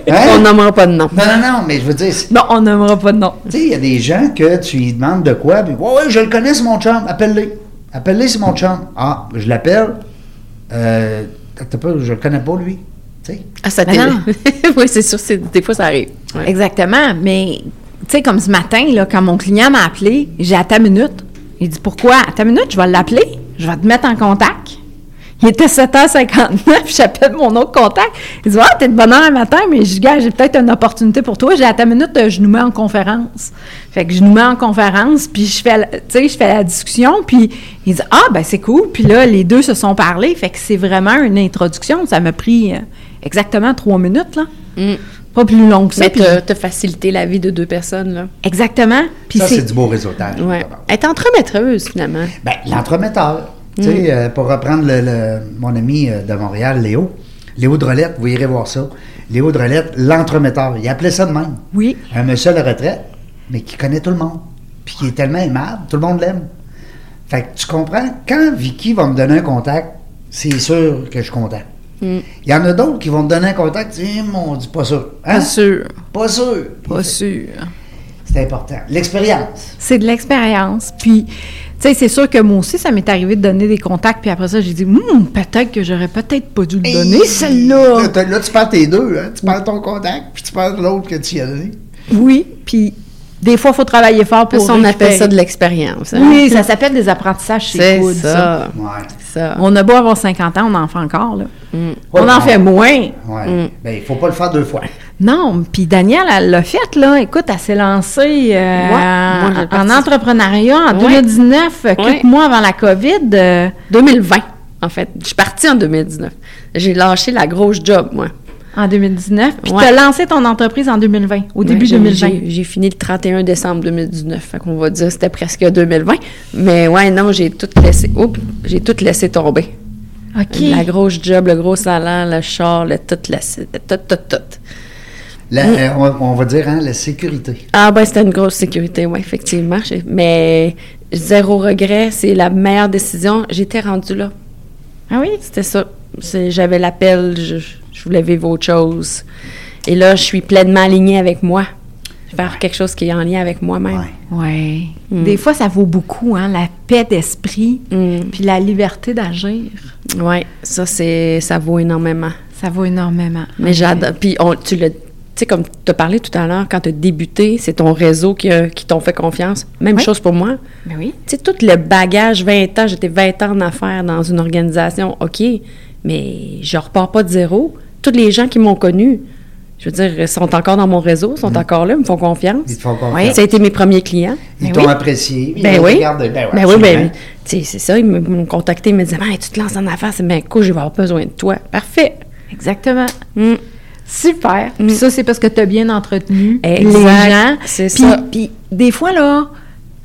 A: Hein?
B: on nommera pas de nom.
A: Non, non, non, mais je veux dire, c'est-
C: Non, on n'aimera pas de nom.
A: tu sais, il y a des gens que tu lui demandes de quoi, puis ouais, ouais, je le connais, c'est mon chum, appelle-le. Appelle-le, c'est mon chum. Ah, je l'appelle, euh, t'as pas, je le connais pas, lui. Tu sais.
B: Ah, ça
C: Mais
B: t'est-
C: non.
B: Oui, c'est sûr, c'est- des fois, ça arrive. Ouais.
C: Exactement. Mais, tu sais, comme ce matin, là, quand mon client m'a appelé, j'ai à ta minute. Il dit Pourquoi À ta minute, je vais l'appeler. Je vais te mettre en contact. Il était 7h59, j'appelle mon autre contact. Il dit Ah, t'es de bonne heure le matin, mais je dis, Gars, j'ai peut-être une opportunité pour toi. J'ai à ta minute, euh, je nous mets en conférence. Fait que je nous mets en conférence, puis je fais, la- tu sais, je fais la discussion, puis il dit Ah, ben c'est cool. Puis là, les deux se sont parlé. Fait que c'est vraiment une introduction. Ça m'a pris euh, exactement trois minutes, là.
B: Mm.
C: Pas plus long que ça.
B: Mais
C: puis
B: te, te faciliter la vie de deux personnes, là.
C: Exactement. Puis
A: Ça, c'est
C: c'est
A: du beau réseautage. Ah,
B: Ouais.
A: d'abord.
B: Être entremetteuse, finalement.
A: Ben, l'entremetteur. Tu
C: Mm.
A: sais, euh, pour reprendre le, le- mon ami euh, de Montréal, Léo. Léo Drolette, vous irez voir ça. Léo Drolette, l'entremetteur. Il appelait ça de même.
C: Oui.
A: Un monsieur à la retraite, mais qui connaît tout le monde. Puis qui est tellement aimable, tout le monde l'aime. Fait que tu comprends, quand Vicky va me donner un contact, c'est sûr que je suis content.
C: Mm.
A: Il y en a d'autres qui vont me donner un contact, tu dis, on dit pas sûr. Hein?
C: pas sûr.
A: Pas sûr.
C: Pas sûr.
A: C'est important. L'expérience.
C: C'est de l'expérience. Puis, tu sais, c'est sûr que moi aussi, ça m'est arrivé de donner des contacts. Puis après ça, j'ai dit, Hum, peut-être que j'aurais peut-être pas dû le donner,
A: Hey,
C: celle-là.
A: Là, t'as- là, tu perds tes deux. Hein? Tu perds ton contact, puis tu perds l'autre que tu y as donné.
C: Oui. Puis, des fois, il faut travailler fort pour.
B: Ça, on appelle
C: récupérer.
B: ça de l'expérience. hein.
C: Oui, ça s'appelle des apprentissages chez
B: c'est
C: Food, ça.
B: ça.
A: Ouais.
B: ça.
C: On a beau avoir 50 ans, on en fait encore, là.
A: Ouais,
C: On en fait moins.
A: Ouais. Ben, il faut pas le faire deux fois.
C: Non, puis Danielle, elle l'a fait, là. Écoute, elle s'est lancée euh,
B: moi, j'ai
C: en- en
B: participé.
C: entrepreneuriat en
B: Ouais.
C: 2019, euh, quelques
B: Ouais.
C: mois avant la COVID. euh,
B: 2020, en fait. Je suis partie en 2019. J'ai lâché la grosse job, moi.
C: en 2019, puis
B: Ouais.
C: t'as lancé ton entreprise en 2020, au début
B: Ouais, j'ai-
C: 2020.
B: j'ai- J'ai fini le 31 décembre 2019. Fait qu'on va dire que c'était presque 2020. Mais ouais, non, j'ai tout laissé. oups, j'ai tout laissé tomber. La
C: OK.
B: grosse job, le gros salaire, le char, le tout laissé. Tout, tout, tout.
A: La- euh, on, on va dire hein, la sécurité.
B: Ah ben c'était une grosse sécurité, oui, effectivement. J'ai- Mais zéro regret, c'est la meilleure décision. J'étais rendue là.
C: Ah oui?
B: C'était ça. C'est- J'avais l'appel, je, je voulais vivre autre chose. Et là, je suis pleinement alignée avec moi. Faire quelque chose qui est en lien avec moi-même.
A: Ouais.
C: Oui.
B: Hmm.
C: Des fois, ça vaut beaucoup, hein, la paix d'esprit,
B: Mm.
C: puis la liberté d'agir.
B: Ouais. ça, c'est, ça vaut énormément.
C: Ça vaut énormément.
B: Mais j'adore. Puis on, tu le, tu sais, comme tu as parlé tout à l'heure, quand tu as débuté, c'est ton réseau qui, a- qui t'ont fait confiance. Même
C: Oui.
B: chose pour moi.
C: Mais oui.
B: Tu sais, tout le bagage, 20 ans, j'étais 20 ans en affaires dans une organisation, OK, mais je repars pas de zéro. Tous les gens qui m'ont connu, je veux dire, sont encore dans mon réseau, sont
C: Mm-hmm.
B: encore là, me font confiance.
A: Ils te font confiance.
B: Ça a été mes premiers clients.
A: Ils
C: Ben
A: t'ont
C: oui.
A: apprécié. ils
B: Ben
A: ont
B: oui.
A: regardé. Ben, ouais,
B: Ben oui, ben,
A: absolument.
B: tu sais, c'est ça, ils me- m'ont contacté, ils me disaient, Ben, tu te lances en affaires, c'est bien cool, je vais avoir besoin de toi. Parfait.
C: Exactement.
B: Mm.
C: Super. Puis ça, c'est parce que tu as bien entretenu les
B: Mm-hmm. Exact,
C: gens.
B: c'est
C: Puis-
B: ça.
C: Puis des fois, là,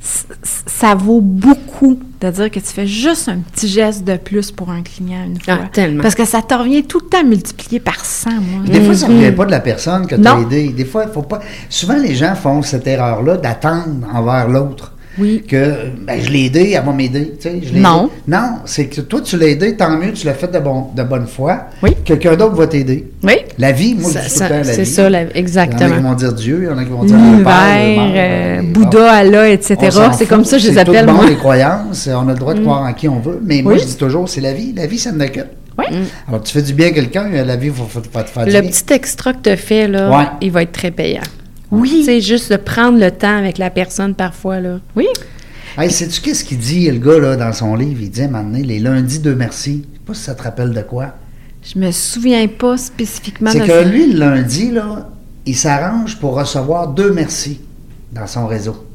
C: c- c- ça vaut beaucoup de dire que tu fais juste un petit geste de plus pour un client une fois.
B: Ah, tellement.
C: Parce que ça te revient tout le temps multiplié par 100, moi.
A: Des fois, ça ne revient pas de la personne que tu as
C: Non.
A: aidée. Des fois, faut pas. Souvent, les gens font cette erreur-là d'attendre envers l'autre.
C: Oui.
A: Que ben, je l'ai aidé, elle va m'aider. tu sais, je l'ai
C: Non.
A: aidé. Non, c'est que toi, tu l'as aidé, tant mieux, tu l'as fait de, bon, de bonne foi.
C: Oui.
A: Quelqu'un d'autre va t'aider.
C: Oui.
A: La vie, moi,
B: Ça-
A: je dis tout
B: ça-
A: le temps la
B: c'est
A: vie.
B: ça,
A: Il
B: la-
A: y en a qui
B: exactement.
A: vont dire Dieu, il y en a qui vont dire le Père, le Mère,
C: L'univers, euh,
A: les-
C: Bouddha, Allah, etc.
A: on s'en
C: C'est
A: fout,
C: comme ça que je les
A: c'est tout
C: appelle,
A: bon,
C: moi. Mm.
A: les croyances, on a le droit de croire en qui on veut, mais moi,
C: Oui.
A: je dis toujours, c'est la vie. La vie, ça ne que.
C: Oui.
A: Alors, tu fais du bien à quelqu'un, euh, la vie, il faut, faut- faut te faire du
B: Le
A: bien.
B: petit extra que tu fais, là,
A: Ouais.
B: il va être très payant.
C: Oui.
B: C'est juste de prendre le temps avec la personne parfois, là.
C: Oui.
A: Hey, sais-tu qu'est-ce qu'il dit, le gars, là, dans son livre? Il dit, à un moment donné, les lundis, deux merci. Je sais pas si ça te rappelle de quoi.
C: Je me souviens pas spécifiquement
A: C'est
C: de
A: que
C: ça.
A: lui, le lundi, là, il s'arrange pour recevoir deux merci dans son réseau.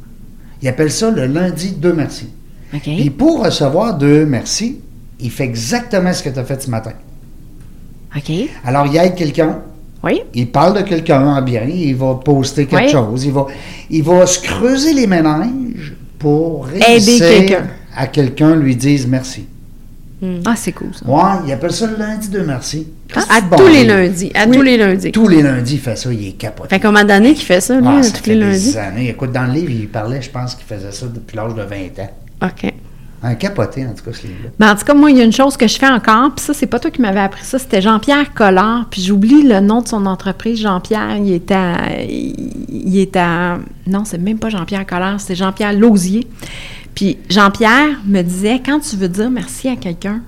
A: Il appelle ça le lundi deux merci.
C: OK.
A: Et pour recevoir deux merci, il fait exactement ce que tu as fait ce matin.
C: OK.
A: Alors, il aide quelqu'un,
C: Oui.
A: il parle de quelqu'un en bien, il va poster quelque
C: Oui.
A: chose, il va, il va se creuser les méninges pour réussir
C: quelqu'un.
A: à quelqu'un lui dise merci.
C: Ah, c'est cool, ça.
A: Ouais, il appelle ça le lundi de merci.
B: Ah, à
A: Bon,
B: tous les
A: il-
B: lundis. À
A: Oui.
B: tous les lundis.
A: Tous les lundis, il fait ça, il est capoté.
B: Fait qu'on m'a donné qui fait ça, lui,
A: Ah,
B: à
A: ça
B: tous
A: fait
B: les lundis.
A: des années. Écoute, dans le livre, il parlait, je pense qu'il faisait ça depuis l'âge de 20 ans.
B: OK.
A: Un capoté, en tout cas, ce livre-là.
C: Mais Ben, en tout cas, moi, il y a une chose que je fais encore, puis ça, c'est pas toi qui m'avais appris ça, c'était Jean-Pierre Collard, puis j'oublie le nom de son entreprise. Jean-Pierre, il est à. Il est à. Non, c'est même pas Jean-Pierre Collard, c'est Jean-Pierre Lausier. Puis Jean-Pierre me disait quand tu veux dire merci à quelqu'un,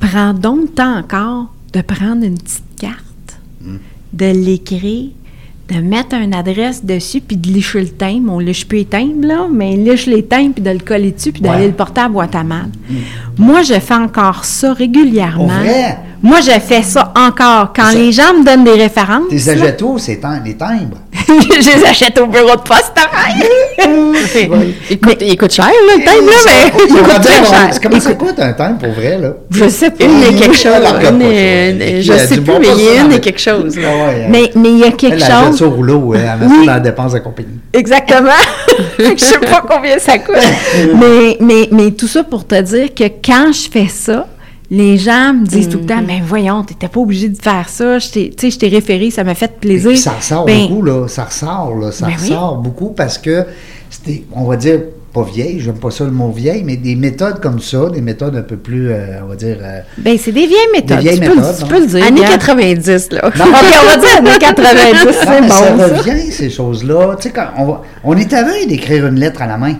C: prends donc le temps encore de prendre une petite carte, de l'écrire, de mettre une adresse dessus, puis de licher le timbre. On liche plus les timbres, là, mais liche les timbres, puis de le coller dessus, puis d'aller
A: Ouais. Mm.
C: le porter à boîte à mal. Moi, je fais encore ça régulièrement.
A: Pour vrai?
C: Moi, je fais ça encore. Quand
A: Ça-
C: les gens me donnent des références,
A: Tes
C: là,
A: ajoutos, c'est tim- les timbres.
C: je les achète au bureau de poste, pareil.
A: Oui.
B: Il, coûte, il coûte cher, là, le timbre, là, mais
A: Ils
B: il
A: vont dire,
B: coûte très
A: bon,
B: cher.
A: Comment ça coûte un timbre, pour vrai, là?
C: Je sais pas.
B: Une et quelque chose.
A: Elle la regarde
B: Une
A: pas, ça.
B: et- je
A: Elle a
B: sais
A: dit,
B: plus,
A: bon,
B: mais
A: pas
B: il y
A: ça,
B: a une
A: mais-
B: et quelque chose. là.
A: Ah ouais,
C: Mais mais il y a quelque
A: Elle la jette
C: chose.
A: ça au rouleau, elle met ça
C: Oui.
A: dans la dépense de la compagnie.
C: Exactement. je sais pas combien ça coûte. mais, mais, mais tout ça pour te dire que quand je fais ça, les gens me disent tout le
A: Mm-hmm.
C: temps, mais voyons, t'étais pas obligé de faire ça. Je t'ai- Tu sais, je t'ai référé, ça m'a fait
A: Et
C: plaisir.
A: puis, ça ressort
C: Ben,
A: beaucoup, là. Ça ressort, là. Ça
C: Ben oui.
A: ressort beaucoup parce que c'était, on va dire, pas vieille, j'aime pas ça le mot vieille, mais des méthodes comme ça, des méthodes un peu plus, euh, on va dire. euh,
C: ben, c'est des vieilles méthodes.
A: vieilles
C: tu, peux le-
A: méthodes,
C: tu
A: hein.
C: peux le dire.
B: Années
C: Yann.
B: 90, là.
C: OK, on va dire années 90,
A: non,
C: c'est
A: Ah, mais ça
C: bon. ça.
A: revient, ces choses-là. Tu sais, quand on, va- on est à veille d'écrire une lettre à la main.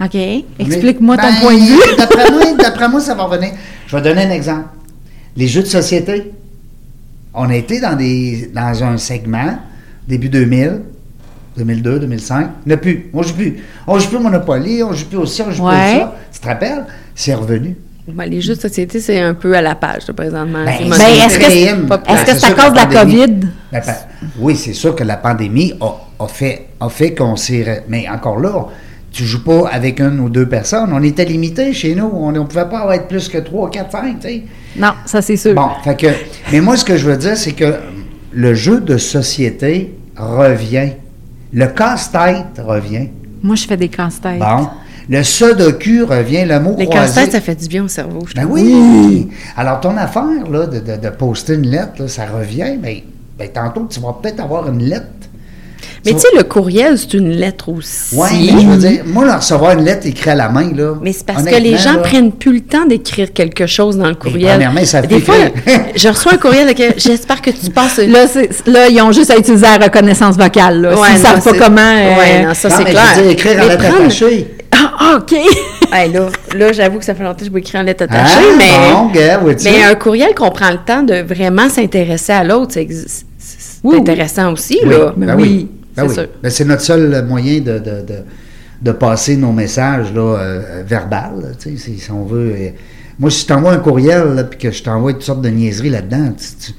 C: OK.
A: Mais-
C: Explique-moi ton
A: Ben,
C: point de vue.
A: D'après moi, d'après moi, ça va revenir. Je vais donner un exemple. Les jeux de société. On a été dans, des, dans un segment, début 2000, 2002, 2005. On n'a plus. On joue plus. On joue plus au Monopoly, on joue plus au ci, on joue plus
C: Ouais.
A: au ça. Tu te rappelles? C'est revenu.
B: Ben, les jeux de société, c'est un peu à la page, là, présentement.
A: Ben,
B: C'est
A: ben,
B: modéré.
C: est-ce que-
B: Populaire.
C: est-ce que c'est à
A: sûr
C: cause de la
A: pandémie-
C: COVID?
A: la pa- oui, c'est sûr que la pandémie a, a fait, a fait qu'on s'est. re- Mais encore là, tu joues pas avec une ou deux personnes. On était limité chez nous. On ne pouvait pas être plus que trois, quatre, cinq, tu sais.
C: Non, ça, c'est sûr.
A: Bon, fait que. Mais moi, ce que je veux dire, c'est que le jeu de société revient. Le casse-tête revient.
C: Moi, je fais des casse-têtes.
A: Bon. Le sudoku revient. Le mot
B: Les
A: croisé.
B: casse-têtes, ça fait du bien au cerveau, je
A: Ben
B: trouve.
A: oui! Alors, ton affaire là, de, de- de poster une lettre, là, ça revient, mais ben, tantôt, tu vas peut-être avoir une lettre.
B: Mais
A: Ça-
B: tu sais, le courriel, c'est une lettre aussi.
A: Ouais, mais je veux dire, moi, là, recevoir une lettre écrite à la main, là.
B: Mais c'est parce que les
A: honnêtement,
B: gens
A: là,
B: prennent plus le temps d'écrire quelque chose dans le courriel.
A: premièrement, ils savent
B: Des
A: plus
B: fois,
A: écrire.
B: je reçois un courriel avec j'espère que tu passes.
C: Là, c'est- là, ils ont juste à utiliser la reconnaissance vocale. Là.
B: Ouais,
C: S'ils
B: non,
C: ne savent pas
B: c'est-
C: comment. euh,
B: Ouais, non, ça
A: non,
B: c'est
A: mais
B: clair.
A: Je veux dire, écrire en
B: Mais
A: lettre
B: prendre-
A: attachée.
C: Ah, ah, OK.
B: Hey, là, là, j'avoue que ça fait longtemps que je vais écrire en lettre
A: Ah,
B: attachée, mais.
A: bon, regarde, vois-tu?
B: Mais un courriel qu'on prend le temps de vraiment s'intéresser à l'autre, c'est ex- c'est
C: Oui, oui.
B: intéressant aussi,
A: Oui,
B: là.
A: ben oui, ben
B: c'est
A: oui.
B: sûr.
A: Ben, c'est notre seul moyen de, de, de, de passer nos messages là, euh, verbal, là, tu sais, si, si on veut. euh. moi, si je t'envoie un courriel là, puis que je t'envoie toutes sortes de niaiseries là-dedans, tu- tu-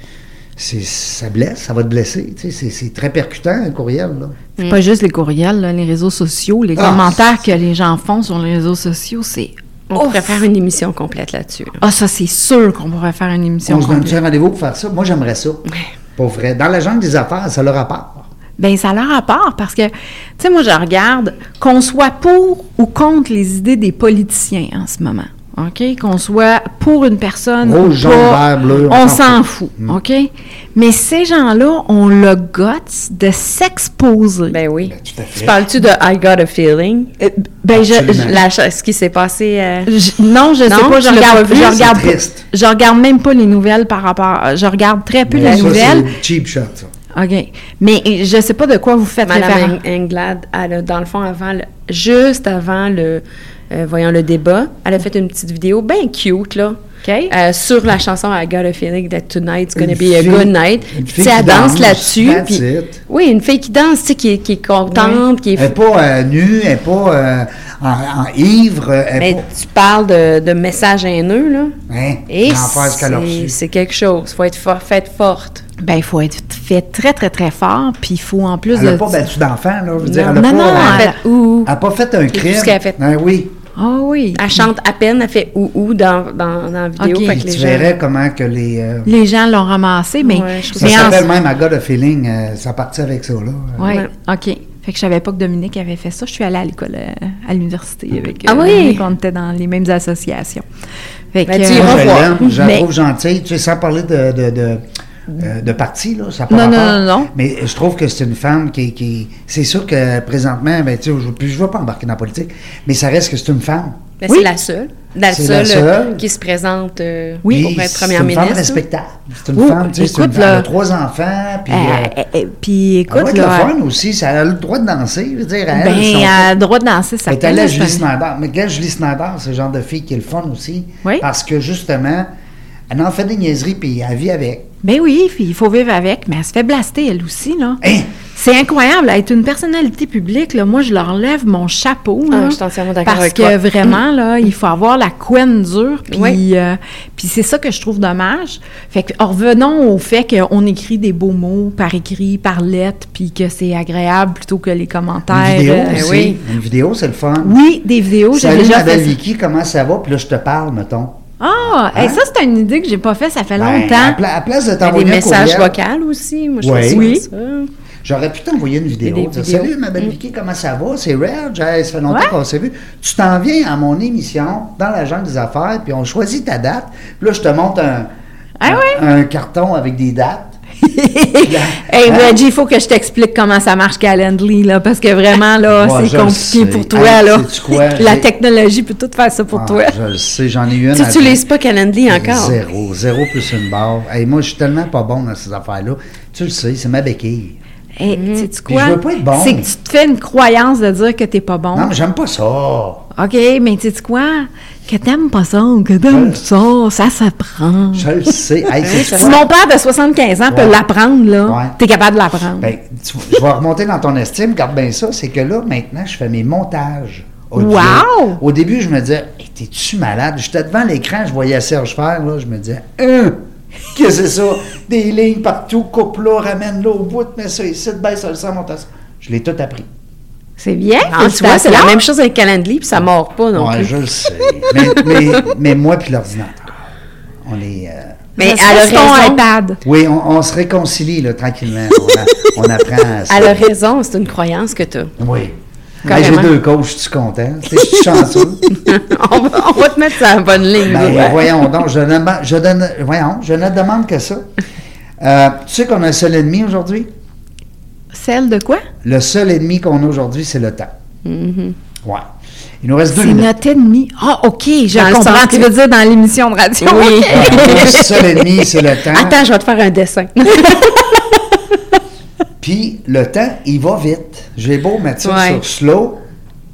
A: c'est- ça blesse, ça va te blesser. tu sais, c'est- c'est très percutant, un courriel. Là.
C: C'est pas juste les courriels, là, les réseaux sociaux, les
A: Ah,
C: commentaires que les gens font sur les réseaux sociaux, c'est.
B: On
C: Ouf!
B: pourrait faire une émission complète là-dessus. là.
C: Ah, ça, c'est sûr qu'on pourrait faire une émission.
A: on se donne
C: complète.
A: un rendez-vous pour faire ça. Moi, j'aimerais ça. Pour vrai. Dans la jungle des affaires, ça leur rapport.
C: Ben, ça a leur rapport parce que, tu sais, moi, je regarde qu'on soit pour ou contre les idées des politiciens en ce moment. OK? Qu'on soit pour une personne.
A: Rouge,
C: ou
A: jaune,
C: pas,
A: vert, bleu, Mm.
C: On s'en fout. OK? Mais ces gens-là ont le guts de s'exposer.
B: Ben oui.
A: Ben, tout à fait.
B: tu parles-tu de I got a feeling?
C: Euh, ben, je,
A: Absolument.
C: je-
B: La ch- ce qui s'est passé. euh,
C: je- non, je
B: Non,
C: sais pas,
B: tu
C: je
B: l'as pas
C: regarde,
B: vu,
C: je
B: c'est
C: regarde,
A: triste.
C: je regarde même pas les nouvelles par rapport, euh, je regarde très peu
A: Mais
C: la
A: ça,
C: nouvelle.
A: c'est cheap shot, ça.
C: Ok, mais euh, je sais pas de quoi vous faites référence.
B: Madame Eng- Englade, elle a, dans le fond, avant, le- juste avant le, euh, voyons, le débat, elle a fait une petite vidéo bien cute, là.
C: OK.
B: euh, sur la chanson I Got a Feeling That Tonight's Gonna
A: Une
B: Be a
A: fille-
B: Good Night.
A: une
B: Puis
A: fille
B: elle
A: qui
B: danse
A: danse,
B: là-dessus.
A: that's
B: puis-
A: it.
B: Oui, une fille qui danse, tu sais, qui, est- qui est contente, qui est.
A: Elle n'est pas euh, nue, elle n'est pas euh, en, en ivre, elle n'est
B: Mais
A: pas.
B: tu parles de, de messages haineux, là.
A: Hein,
B: Et
A: l'enfer, ce qu'elle a
B: c'est-
A: reçu.
B: c'est quelque chose. Faut être for- faite forte.
C: Ben, il faut être fait très, très, très fort, puis il faut en plus
A: Elle n'a
C: de...
A: pas battu d'enfant, là. Je veux dire, elle
C: Non,
A: n'a
C: non,
A: pas,
C: elle-
A: elle
B: en fait, ouh.
A: elle a pas fait un crime.
B: ce qu'elle a fait.
A: Hein, oui.
C: Ah oui.
B: Elle chante à peine, elle fait ou ou dans, dans, dans la vidéo.
C: Ok.
B: fait que
A: Tu
B: les gens-
A: verrais comment que les. euh,
C: Les gens l'ont ramassé, mais...
B: Ouais, je trouve
A: ça
C: mais en-
A: s'appelle même I Got a Feeling. euh, ça partit avec ça, là. Euh,
C: Ouais,
B: Ouais.
C: OK. Fait que je savais pas que Dominique avait fait ça. Je suis allée à l'école, euh, à l'université avec euh,
B: Ah oui?
C: Dominique. On était dans les mêmes associations. Fait que,
B: Ben, tu
C: euh,
B: iras
A: Moi, je
B: revoir.
A: l'aime, je la
C: Mais-
A: trouve gentille. Tu sais, sans parler de, de, de, euh, de parti, là, ça a pas
C: Non, non,
A: rapport.
C: non, non.
A: Mais je trouve que c'est une femme qui... qui c'est sûr que présentement, ben, tu sais, je- puis je ne veux pas embarquer dans la politique, mais ça reste que c'est une femme.
B: Ben,
C: Oui.
B: C'est la seule. La
A: C'est
B: seule,
A: la
B: euh,
A: seule.
B: qui se présente euh,
A: Puis
B: pour être
A: C'est
B: première
A: une
B: ministre.
A: femme
B: là.
A: respectable. C'est une
C: Ouh,
A: femme, tu sais, c'est une
C: écoute,
A: femme. Elle
C: là.
A: a trois enfants, puis...
C: euh,
A: euh,
C: euh, euh, puis
A: elle
C: écoute,
A: doit être
C: là,
A: le fun hein, aussi. Ça, elle a le droit de danser, je veux dire. Elle,
C: ben,
A: son-
C: elle a le droit de danser, ça
A: Elle est allée à Julie
C: un-
A: Snyder. Mais gars, Julie Snyder, c'est le genre de fille qui est le fun aussi.
C: Oui.
A: Parce que justement, elle en fait des niaiseries puis elle vit avec.
C: Ben oui, puis il faut vivre avec, mais elle se fait blaster, elle aussi, là.
A: Hein?
C: C'est incroyable, être une personnalité publique, là, moi, je leur lève mon chapeau.
B: Ah,
C: là,
B: je suis entièrement d'accord avec
C: Parce
B: toi.
C: que vraiment, là, il faut avoir la couenne dure, puis
B: Oui.
C: euh, puis c'est ça que je trouve dommage. Fait que, en revenons au fait qu'on écrit des beaux mots par écrit, par lettre, puis que c'est agréable plutôt que les
A: Une
C: commentaires.
A: vidéo
C: euh,
A: aussi.
C: oui.
A: Une vidéo, c'est le fun.
C: Oui, des vidéos, j'ai
A: Salut
C: déjà
A: ma belle
C: fait ça.
A: Vicky, comment ça va? Puis là, je te parle, mettons.
C: Ah, hey,
A: Hein?
C: ça, c'est une idée que j'ai pas fait, ça fait
A: Ben, à,
C: longtemps.
A: pla- à place de
B: Il y a des
A: t'envoyer un
B: messages
A: courriel,
B: vocaux aussi. Moi, je
A: Oui.
B: pense
C: Oui.
B: ça.
A: j'aurais pu t'envoyer une vidéo.
B: des
A: dire,
B: vidéos.
A: Salut ma belle Vicky, comment ça va? C'est Reg, hey, ça fait longtemps
C: Ouais.
A: qu'on s'est vu. Tu t'en viens à mon émission dans la jungle des affaires, puis on choisit ta date. Puis là, je te montre un,
C: Ah
A: un-
C: ouais?
A: un carton avec des dates.
C: hey
A: Hein?
C: Reggie, il faut que je t'explique comment ça marche Calendly, là, parce que vraiment, là,
A: Moi, je
C: c'est
A: le
C: compliqué
A: sais.
C: pour toi,
A: Hey,
C: là.
A: sais-tu quoi?
C: La
A: J'ai-
C: technologie peut tout faire ça pour
A: Ah,
C: toi.
A: Je le sais, j'en ai eu une.
B: Tu
A: à-
B: n'utilises pas Calendly encore.
A: Zéro, zéro plus une barre. Hey, moi, je suis tellement pas bon dans ces affaires-là. Tu le sais, c'est ma béquille.
C: Hey,
B: Mm-hmm.
C: sais-tu
A: Puis
C: quoi?
A: je veux pas être bon.
C: C'est que tu te fais une croyance de dire que t'es pas bon.
A: Non, mais j'aime pas ça.
C: OK, mais sais-tu quoi? Que t'aimes pas ça ou que t'aimes ça, ça s'apprend.
A: Je le sais. Hey,
B: Oui,
A: c'est
B: ça
C: Si mon père de 75 ans peut
A: Ouais.
C: l'apprendre, là,
A: Ouais.
C: t'es capable de l'apprendre.
A: Ben, tu- je vais remonter dans ton estime, garde bien ça, c'est que là, maintenant, je fais mes montages. audio.
C: Wow!
A: Au début, je me disais, Hey, t'es-tu malade? J'étais devant l'écran, je voyais Serge faire, là, je me disais, hein? Qu'est-ce que c'est ça? Des lignes partout, coupe-là, ramène-là au bout, mets ça ici, baisse le sang, monte ça. Je l'ai tout appris.
C: c'est bien.
B: Ah, tu vois, c'est la
C: félicitations.
B: même chose avec Calendly, puis ça ne mord pas non
A: Ouais,
B: plus.
A: je le sais. mais, mais, mais moi puis l'ordinateur, on est. euh,
B: Mais
C: Ça se
B: elle
C: passe ton
B: a raison.
C: iPad.
A: Oui, on, on se réconcilie là, tranquillement. On, a- on apprend à ça.
B: Elle a raison, c'est une croyance que tu as.
A: Oui.
B: Carrément.
A: Hey, J'ai deux coachs, je suis content. Tu sais, Je suis chanceux.
B: on, va, on va te mettre sur la bonne ligne.
A: Ben,
B: là.
A: Voyons donc, je ne, ma- je donne- voyons, je ne demande que ça. Euh, tu sais qu'on a un seul ennemi aujourd'hui?
C: Celle de quoi?
A: Le seul ennemi qu'on a aujourd'hui, c'est le temps.
B: Mhm.
A: Ouais. Il nous reste deux
C: C'est
A: minutes.
C: notre ennemi. Ah, OK, je
B: Dans le
C: comprends.
B: sens
C: Tu
B: que-
C: veux dire dans l'émission de radio.
B: Oui.
A: Le seul ennemi, c'est le temps.
B: Attends, je vais te faire un dessin.
A: Puis le temps, il va vite. J'ai beau mettre ça
B: Ouais.
A: sur slow.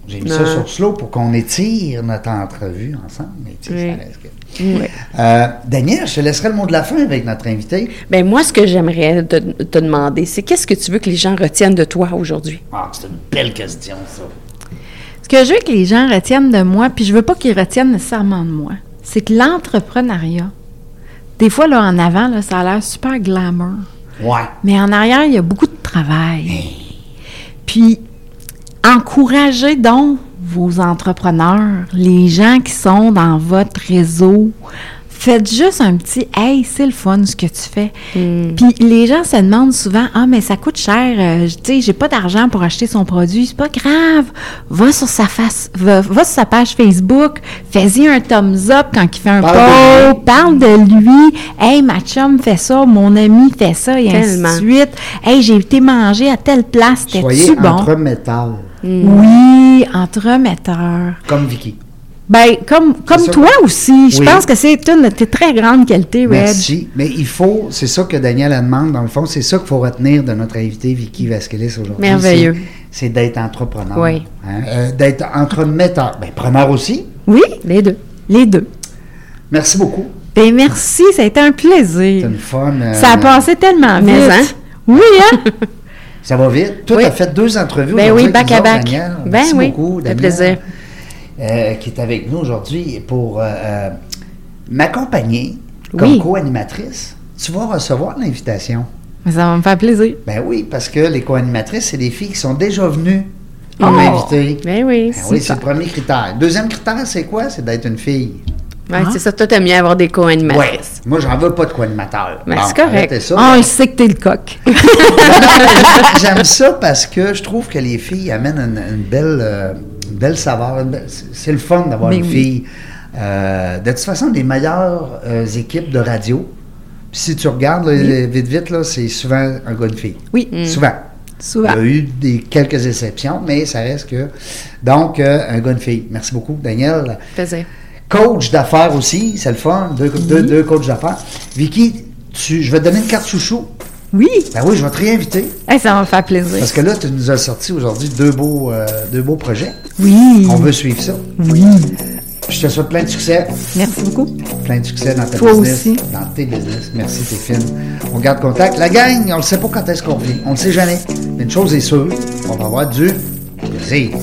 A: J'ai mis ça
B: Non.
A: sur slow pour qu'on étire notre entrevue ensemble. Mais tu sais,
B: Oui.
A: ça reste que- Euh, Daniel, je te laisserai le mot de la fin avec notre invité.
B: ben, moi, ce que j'aimerais te, te demander, c'est qu'est-ce que tu veux que les gens retiennent de toi aujourd'hui?
A: Ah, c'est une belle question, ça.
C: Ce que je veux que les gens retiennent de moi, puis je veux pas qu'ils retiennent nécessairement de moi, c'est que l'entrepreneuriat, des fois, là, en avant, là, ça a l'air super glamour.
A: Ouais.
C: Mais en arrière, il y a beaucoup de travail. Puis, encouragez donc vos entrepreneurs, les gens qui sont dans votre réseau. Faites juste un petit Hey, c'est le fun ce que tu fais.
A: Mm.
C: Puis les gens se demandent souvent Ah, mais ça coûte cher, euh, tu sais, j'ai pas d'argent pour acheter son produit, c'est pas grave. Va sur sa face, va, va sur sa page Facebook, fais-y un thumbs up quand il fait un
A: Parle de
C: post, parle de lui. Hey, ma chum fait ça, mon ami fait ça, et
B: Tellement.
C: ainsi de suite. Hey, j'ai été manger à telle place,
A: Soyez
C: t'es-tu bon?
A: entre métal, Mm.
C: Oui, entremetteur.
A: comme Vicky.
C: Ben, comme, comme
A: ça.
C: toi aussi, je
A: Oui.
C: pense que c'est une de tes très grandes qualités, Red.
A: Merci. Mais il faut, c'est ça que Daniel elle demande, dans le fond, c'est ça qu'il faut retenir de notre invité Vicky Vasquelis aujourd'hui.
B: Merveilleux.
A: C'est c'est d'être entrepreneur.
B: Oui.
A: hein, euh, d'être entremetteur. Ben, preneur aussi.
C: Oui,
B: Les deux.
C: les deux.
A: Merci beaucoup.
C: Ben, merci, ça a été un
A: C'est
C: plaisir.
A: une fun. euh,
C: Ça a passé tellement
B: Mais,
C: vite.
B: hein?
C: Oui, hein?
A: Ça va vite. Toi,
B: Oui.
A: tu as fait deux entrevues
B: Ben
A: aujourd'hui
B: oui, back
A: avec nous
B: à
A: autres,
B: back.
A: Daniel.
B: Ben
A: Merci
B: oui,
A: beaucoup,
B: ça fait
A: Daniel.
B: plaisir.
A: euh, qui est avec nous aujourd'hui pour euh, euh, m'accompagner comme
B: Oui.
A: co-animatrice. Tu vas recevoir l'invitation.
C: Mais ça va me faire plaisir.
A: Ben oui, parce que les co-animatrices, c'est des filles qui sont déjà venues
C: Oh!
A: pour m'inviter.
B: Ben oui.
A: Ben oui, c'est le premier critère. Deuxième critère, c'est quoi? C'est d'être une fille.
B: Ouais, c'est ça. Toi, t'aimes mieux avoir des
A: Ouais.
B: co-animatrices.
A: Moi, j'en veux pas de co-animateur.
B: Ben,
A: Bon,
B: c'est correct.
A: arrêtez ça.
C: Ah, je sais que t'es le coq.
A: J'aime ça parce que je trouve que les filles amènent une, une belle, euh, une belle saveur. une belle- c'est c'est le fun d'avoir
C: Mais
A: une
C: oui.
A: fille. Euh, de toute façon, des meilleures euh, équipes de radio. Puis si tu regardes, là, vite, vite, là, c'est souvent un gars, une fille.
C: Oui,
A: Souvent.
C: souvent.
A: Il y a eu des, quelques exceptions, mais ça reste que. Donc, euh, un gars, une fille. Merci beaucoup, Daniel.
B: Plaisir.
A: Coach d'affaires aussi, c'est le fun. Deux, deux, deux coachs d'affaires. Vicky, tu, je vais te donner une carte chouchou.
C: Oui,
A: Ben oui, je vais te réinviter.
C: Eh, ça va me faire plaisir.
A: Parce que là, tu nous as sorti aujourd'hui deux beaux, euh, deux beaux projets.
C: Oui,
A: On veut suivre ça. Oui. Je te souhaite plein de succès.
C: merci beaucoup.
A: Plein de succès dans ta
C: Toi
A: business.
C: aussi.
A: Dans tes business. Merci, t'es fine. On garde contact. La gang, on ne sait pas quand est-ce qu'on vit. On ne sait jamais. Mais une chose est sûre, on va avoir du plaisir.